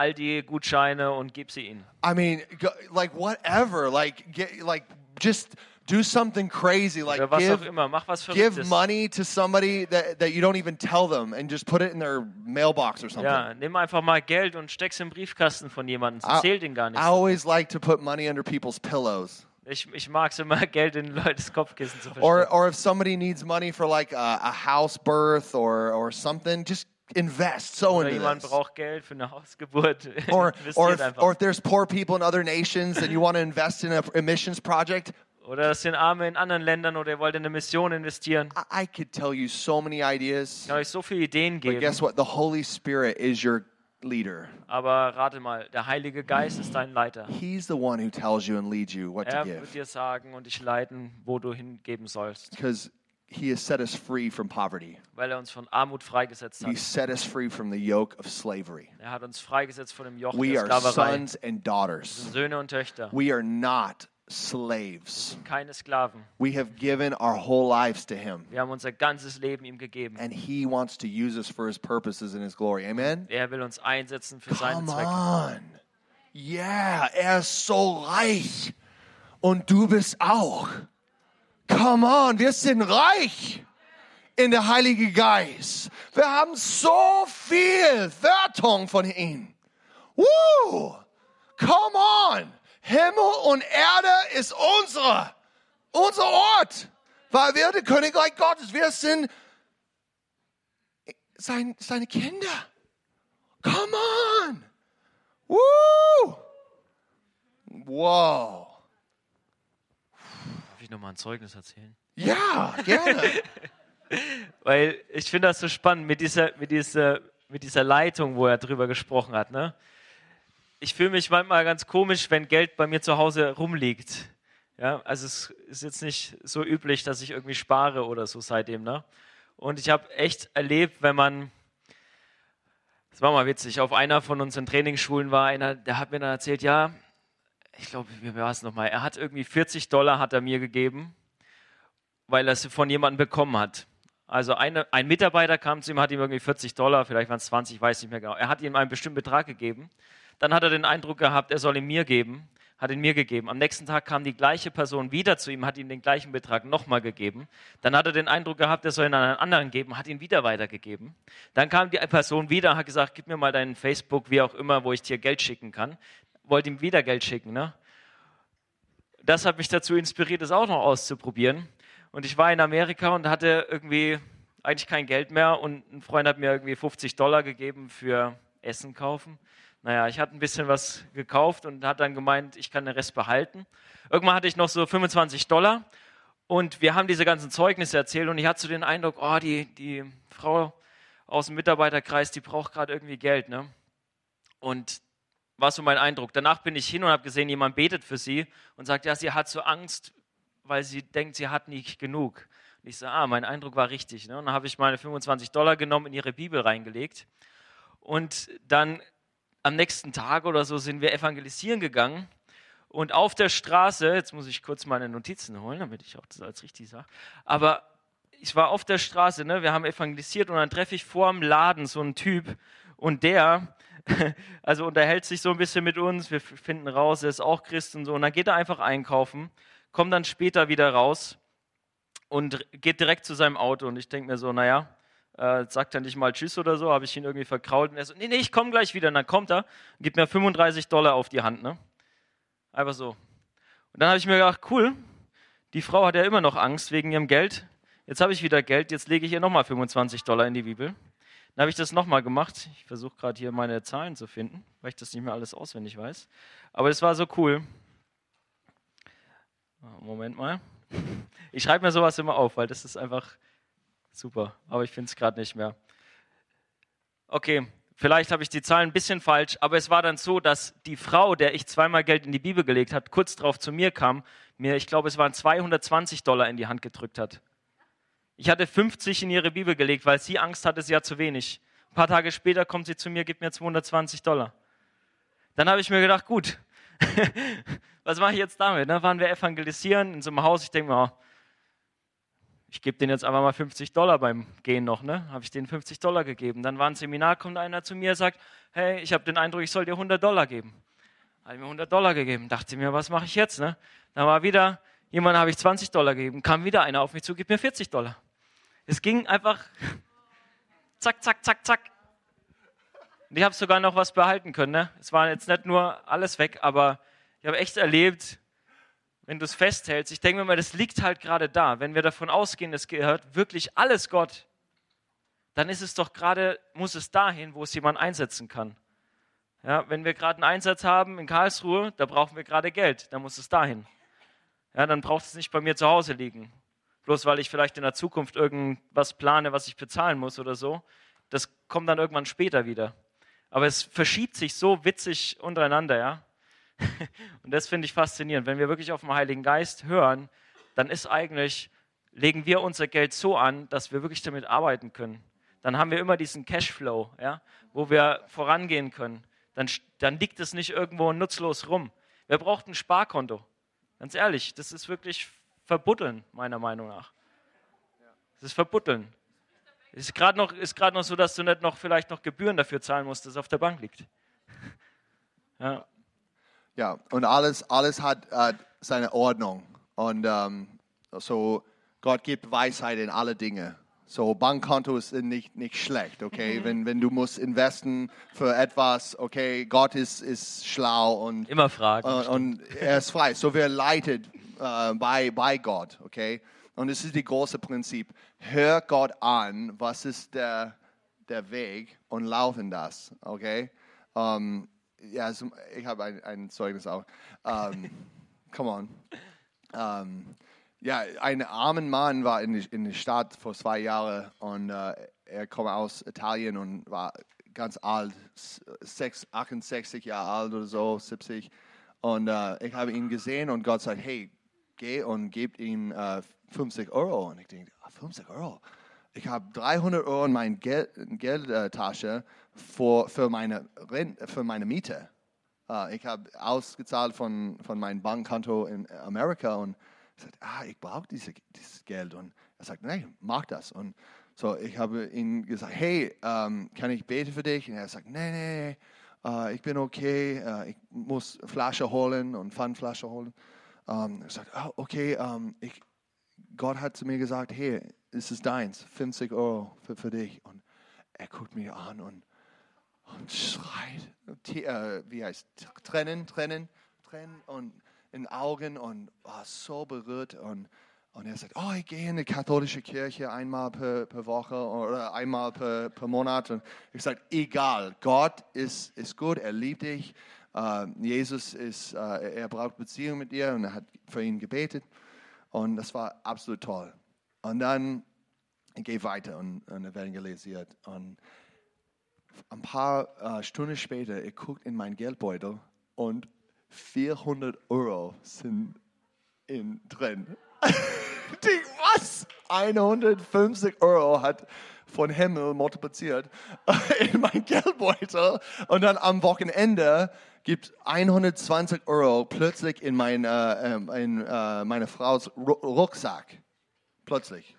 Speaker 2: Aldi-Gutscheine und gib sie ihnen.
Speaker 1: I mean, go, like whatever, like get, like just do something crazy, like
Speaker 2: Oder was auch
Speaker 1: give
Speaker 2: immer. Mach was
Speaker 1: give
Speaker 2: Verrücktes.
Speaker 1: money to somebody that, that you don't even tell them and just put it in their mailbox or something.
Speaker 2: Ja, nimm einfach mal Geld und steck's im Briefkasten von jemandem.
Speaker 1: I,
Speaker 2: Zähl den gar
Speaker 1: I
Speaker 2: nicht.
Speaker 1: always like to put money under people's pillows.
Speaker 2: Ich, ich mag es immer, [LAUGHS] Geld in Leutes Kopfkissen zu
Speaker 1: Or
Speaker 2: verstecken.
Speaker 1: or if somebody needs money for like a, a house birth or or something, just invest so
Speaker 2: Oder
Speaker 1: into
Speaker 2: jemand
Speaker 1: this.
Speaker 2: braucht Geld für eine Hausgeburt. [LAUGHS]
Speaker 1: Or, or,
Speaker 2: Investiert
Speaker 1: if,
Speaker 2: einfach.
Speaker 1: or if there's poor people in other nations and you want to invest in a emissions project,
Speaker 2: Oder es sind Arme in anderen Ländern oder ihr wollt in eine Mission investieren.
Speaker 1: I, I could tell you so many ideas.
Speaker 2: Ich kann euch so viele Ideen
Speaker 1: But
Speaker 2: geben,
Speaker 1: guess what? The Holy Spirit is your leader.
Speaker 2: aber rate mal, der Heilige Geist ist dein Leiter.
Speaker 1: He's the one who tells you and leads you what to
Speaker 2: Er wird
Speaker 1: give
Speaker 2: dir sagen und dich leiten, wo du hingeben sollst,
Speaker 1: because he has set us free from poverty.
Speaker 2: weil er uns von Armut freigesetzt
Speaker 1: He
Speaker 2: hat.
Speaker 1: set us free from the yoke of slavery.
Speaker 2: Er hat uns freigesetzt von dem Joch
Speaker 1: We
Speaker 2: der
Speaker 1: are
Speaker 2: Sklaverei.
Speaker 1: sons and daughters.
Speaker 2: Söhne und Töchter,
Speaker 1: We are not slaves.
Speaker 2: keine Sklaven.
Speaker 1: We have given our whole lives to him
Speaker 2: Wir haben unser ganzes Leben ihm gegeben.
Speaker 1: and he wants to use us for his purposes and his glory. Amen.
Speaker 2: Er will uns einsetzen für seinen
Speaker 1: Come
Speaker 2: Zweck.
Speaker 1: on. Yeah, er ist so reich. Und du bist auch. Come on, wir sind reich in der Heilige Geist. Wir haben so viel Wertung von ihm. Woo! Come on! Himmel und Erde ist unsere, unser Ort, weil wir der Königreich Gottes, wir sind sein, seine Kinder. Come on! Woo! Wow.
Speaker 2: Darf ich nochmal ein Zeugnis erzählen?
Speaker 1: Ja, gerne.
Speaker 2: Weil ich finde das so spannend mit dieser, mit dieser, mit dieser Leitung, wo er drüber gesprochen hat. Ne? Ich fühle mich manchmal ganz komisch, wenn Geld bei mir zu Hause rumliegt. Ja, also es ist jetzt nicht so üblich, dass ich irgendwie spare oder so seitdem. Ne? Und ich habe echt erlebt, wenn man, das war mal witzig, auf einer von unseren Trainingsschulen war einer, der hat mir dann erzählt, ja, ich glaube, wie war es nochmal? Er hat irgendwie 40 Dollar hat er mir gegeben weil er es von jemandem bekommen hat. Also eine, ein Mitarbeiter kam zu ihm, hat ihm irgendwie 40 Dollar, vielleicht waren es 20, weiß nicht mehr genau. Er hat ihm einen bestimmten Betrag gegeben. Dann hat er den Eindruck gehabt, er soll ihn mir geben, hat ihn mir gegeben. Am nächsten Tag kam die gleiche Person wieder zu ihm, hat ihm den gleichen Betrag nochmal gegeben. Dann hat er den Eindruck gehabt, er soll ihn an einen anderen geben, hat ihn wieder weitergegeben. Dann kam die Person wieder, hat gesagt, gib mir mal deinen Facebook, wie auch immer, wo ich dir Geld schicken kann. Wollte ihm wieder Geld schicken, ne? das hat mich dazu inspiriert, es auch noch auszuprobieren. Und ich war in Amerika und hatte irgendwie eigentlich kein Geld mehr und ein Freund hat mir irgendwie 50 Dollar gegeben für Essen kaufen. Naja, ich hatte ein bisschen was gekauft und hat dann gemeint, ich kann den Rest behalten. Irgendwann hatte ich noch so 25 Dollar und wir haben diese ganzen Zeugnisse erzählt und ich hatte so den Eindruck, oh, die, die Frau aus dem Mitarbeiterkreis, die braucht gerade irgendwie Geld. Ne? Und war so mein Eindruck. Danach bin ich hin und habe gesehen, jemand betet für sie und sagt, ja, sie hat so Angst, weil sie denkt, sie hat nicht genug. Und ich so, ah, mein Eindruck war richtig. Ne? Und dann habe ich meine 25 Dollar genommen, in ihre Bibel reingelegt. Und dann am nächsten Tag oder so sind wir evangelisieren gegangen. Und auf der Straße, jetzt muss ich kurz meine Notizen holen, damit ich auch das als richtig sage, aber ich war auf der Straße, ne? wir haben evangelisiert und dann treffe ich vor dem Laden so einen Typ und der, [LAUGHS] also unterhält sich so ein bisschen mit uns, wir f- finden raus, er ist auch Christ und so und dann geht er einfach einkaufen, kommt dann später wieder raus und r- geht direkt zu seinem Auto und ich denke mir so, naja, äh, sagt er nicht mal Tschüss oder so, habe ich ihn irgendwie verkrault und er so, nee, nee, ich komme gleich wieder und dann kommt er und gibt mir 35 Dollar auf die Hand, ne? Einfach so. Und dann habe ich mir gedacht, cool, die Frau hat ja immer noch Angst wegen ihrem Geld. Jetzt habe ich wieder Geld, jetzt lege ich ihr nochmal 25 Dollar in die Bibel. Dann habe ich das nochmal gemacht. Ich versuche gerade hier meine Zahlen zu finden, weil ich das nicht mehr alles auswendig weiß. Aber das war so cool. Ah, Moment mal. [LAUGHS] Ich schreibe mir sowas immer auf, weil das ist einfach super. Aber ich finde es gerade nicht mehr. Okay, Vielleicht habe ich die Zahlen ein bisschen falsch, aber es war dann so, dass die Frau, der ich zweimal Geld in die Bibel gelegt hat, kurz darauf zu mir kam, mir, ich glaube, es waren 220 Dollar in die Hand gedrückt hat. Ich hatte 50 in ihre Bibel gelegt, weil sie Angst hatte, sie hat zu wenig. Ein paar Tage später kommt sie zu mir, gibt mir 220 Dollar. Dann habe ich mir gedacht, gut, [LAUGHS] was mache ich jetzt damit? Ne? Waren wir evangelisieren in so einem Haus? Ich denke mir, oh, ich gebe denen jetzt einfach mal 50 Dollar beim Gehen noch, ne? Habe ich denen 50 Dollar gegeben. Dann war ein Seminar, kommt einer zu mir, sagt, hey, ich habe den Eindruck, ich soll dir 100 Dollar geben. Hat mir 100 Dollar gegeben. Dachte mir, was mache ich jetzt, ne? Dann war wieder jemand, habe ich 20 Dollar gegeben. Kam wieder einer auf mich zu, gib mir 40 Dollar. Es ging einfach zack, zack, zack, zack. Und ich habe sogar noch was behalten können, ne? Es war jetzt nicht nur alles weg, aber ich habe echt erlebt, wenn du es festhältst. Ich denke mir mal, das liegt halt gerade da. Wenn wir davon ausgehen, es gehört wirklich alles Gott, dann ist es doch gerade, muss es dahin, wo es jemand einsetzen kann. Ja, wenn wir gerade einen Einsatz haben in Karlsruhe, da brauchen wir gerade Geld, dann muss es dahin. Ja, dann braucht es nicht bei mir zu Hause liegen. Bloß weil ich vielleicht in der Zukunft irgendwas plane, was ich bezahlen muss oder so. Das kommt dann irgendwann später wieder. Aber es verschiebt sich so witzig untereinander, ja. [LAUGHS] Und das finde ich faszinierend. Wenn wir wirklich auf den Heiligen Geist hören, dann ist eigentlich, legen wir unser Geld so an, dass wir wirklich damit arbeiten können. Dann haben wir immer diesen Cashflow, ja, wo wir vorangehen können. Dann, dann liegt es nicht irgendwo nutzlos rum. Wer braucht ein Sparkonto? Ganz ehrlich, das ist wirklich verbuddeln, meiner Meinung nach. Das ist verbuddeln. Ist gerade noch, ist grad noch so, dass du nicht noch vielleicht noch Gebühren dafür zahlen musst, dass es auf der Bank liegt. Ja.
Speaker 1: [LAUGHS] Ja, und alles, alles hat, hat seine Ordnung. Und ähm, so, Gott gibt Weisheit in alle Dinge. So, Bankkontos sind nicht, nicht schlecht, okay? Wenn, wenn du musst investen für etwas, okay, Gott ist, ist schlau und,
Speaker 2: Immer fragen.
Speaker 1: und, und er ist frei. So, wir leitet äh, bei, bei Gott, okay? Und es ist das große Prinzip. Hör Gott an, was ist der, der Weg und lauf in das, okay? Ähm, ja, so- ich habe ein, ein Zeugnis auch. Ähm, come on. Ähm, ja, ein armer Mann war in, die- in der Stadt vor zwei Jahren und äh, er kam aus Italien und war ganz alt, s- sechs, 68 Jahre alt oder so, 70. Und äh, ich habe ihn gesehen und Gott sagt, hey, geh und gib ihm äh, 50 Euro. Und ich denke, ah, 50 Euro? Ich habe 300 Euro in meiner Gel Geldtasche für, für, meine Ren- für meine Miete. Äh, ich habe ausgezahlt von, von meinem Bankkonto in Amerika und ich sagte, ah, ich brauche diese, dieses Geld. Und er sagt, nein, mach das. Und so, ich habe ihm gesagt, hey, ähm, kann ich beten für dich? Und er sagt, nee, nee, nee, äh, ich bin okay, äh, ich muss Flasche holen und Pfandflasche holen. Ähm, er sagt, ah, okay, ähm, ich, Gott hat zu mir gesagt, hey, es ist deins, 50 Euro für, für dich. Und er guckt mich an und und schreit, T- äh, wie heißt, T- Tränen, Tränen, Tränen und in Augen und war so berührt und, und er sagt, oh, ich gehe in die katholische Kirche einmal per, per Woche oder einmal per, per Monat und ich sage, egal, Gott ist, ist gut, er liebt dich, äh, Jesus ist, äh, er- er braucht Beziehung mit dir und er hat für ihn gebetet und das war absolut toll. Und dann gehe ich weiter und, und evangelisiert und ein paar äh, Stunden später, ich guckt in meinen Geldbeutel und 400 Euro sind in drin. [LAUGHS] Ich denk, was? 150 Euro hat von Himmel multipliziert [LAUGHS] in mein Geldbeutel und dann am Wochenende gibt 120 Euro plötzlich in, mein, äh, ähm, in äh, meine Frau's Ru Rucksack. Plötzlich.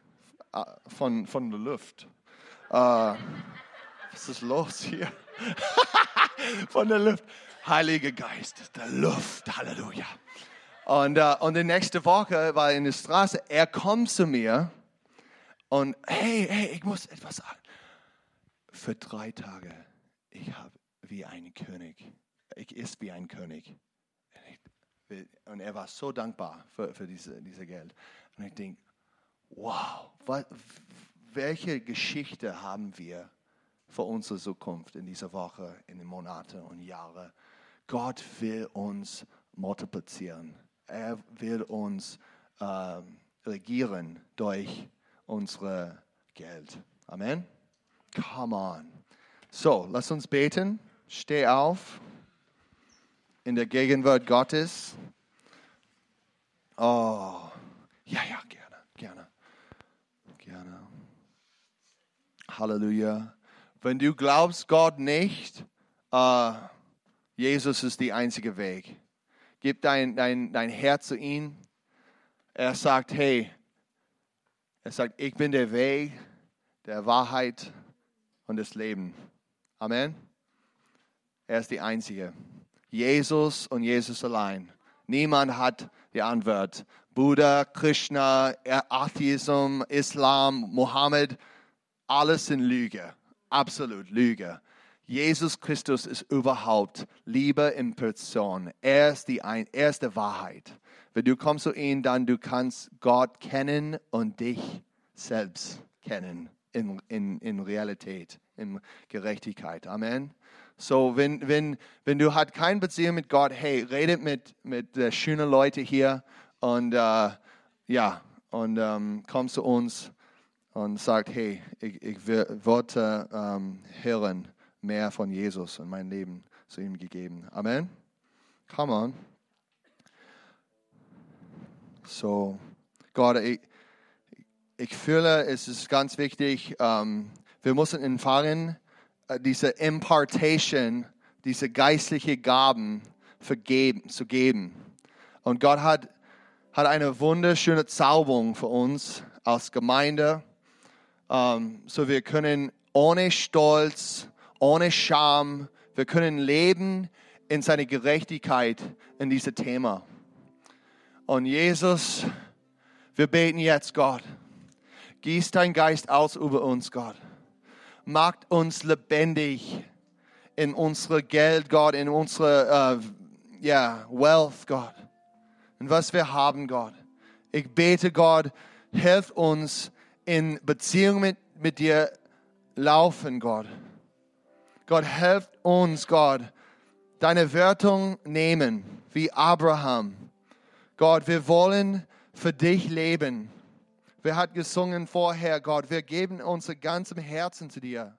Speaker 1: Äh, Von, von der Luft. Was ist los hier? [LAUGHS] Von der Luft. Heiliger Geist, der Luft, Halleluja. Und, äh, und die nächste Woche war in der Straße, er kommt zu mir und hey, hey, ich muss etwas sagen. Für drei Tage, ich habe wie ein König, ich ist wie ein König. Und ich- Und er war so dankbar für, für diese, diese Geld. Und ich denke, wow, wa- welche Geschichte haben wir für unsere Zukunft in dieser Woche, in den Monaten und Jahren. Gott will uns multiplizieren. Er will uns ähm, regieren durch unsere Geld. Amen? Come on. So, lass uns beten. Steh auf in der Gegenwart Gottes. Oh, ja, ja, gerne, gerne, gerne. Halleluja. Wenn du glaubst Gott nicht, äh, Jesus ist der einzige Weg. Gib dein, dein, dein Herz zu ihm. Er sagt, hey, er sagt, ich bin der Weg, der Wahrheit und des Lebens. Amen. Er ist die Einzige. Jesus und Jesus allein. Niemand hat die Antwort. Buddha, Krishna, Atheismus, Islam, Mohammed, alles sind Lüge. Absolut Lüge. Jesus Christus ist überhaupt Liebe in Person. Er ist die, Ein er ist die Wahrheit. Wenn du kommst zu ihm, dann du kannst Gott kennen und dich selbst kennen in, in, in Realität, in Gerechtigkeit. Amen. So, wenn, wenn, wenn du hat keine Beziehung mit Gott, hey, redet mit, mit äh, schönen Leuten hier und äh, ja, und ähm, komm zu uns und sagt, hey, ich, ich wi- wollte ähm, hören mehr von Jesus und mein Leben zu ihm gegeben. Amen. Come on. So, Gott, ich, ich fühle, es ist ganz wichtig, ähm, wir müssen empfangen, äh, diese Impartation, diese geistliche Gaben vergeben, zu geben. Und Gott hat, hat eine wunderschöne Zauberung für uns als Gemeinde, ähm, so wir können ohne Stolz, ohne Scham, wir können leben in seiner Gerechtigkeit in diesem Thema. Und Jesus, wir beten jetzt, Gott. Gieß dein Geist aus über uns, Gott. Macht uns lebendig in unsere Geld, Gott, in unsere äh, ja, Wealth, Gott. In was wir haben, Gott. Ich bete, Gott, helf uns in Beziehung mit, mit dir laufen, Gott. Gott, helft uns, Gott, deine Wertung nehmen, wie Abraham. Gott, wir wollen für dich leben. Wer hat gesungen vorher, Gott? Wir geben unser ganzes Herzen zu dir.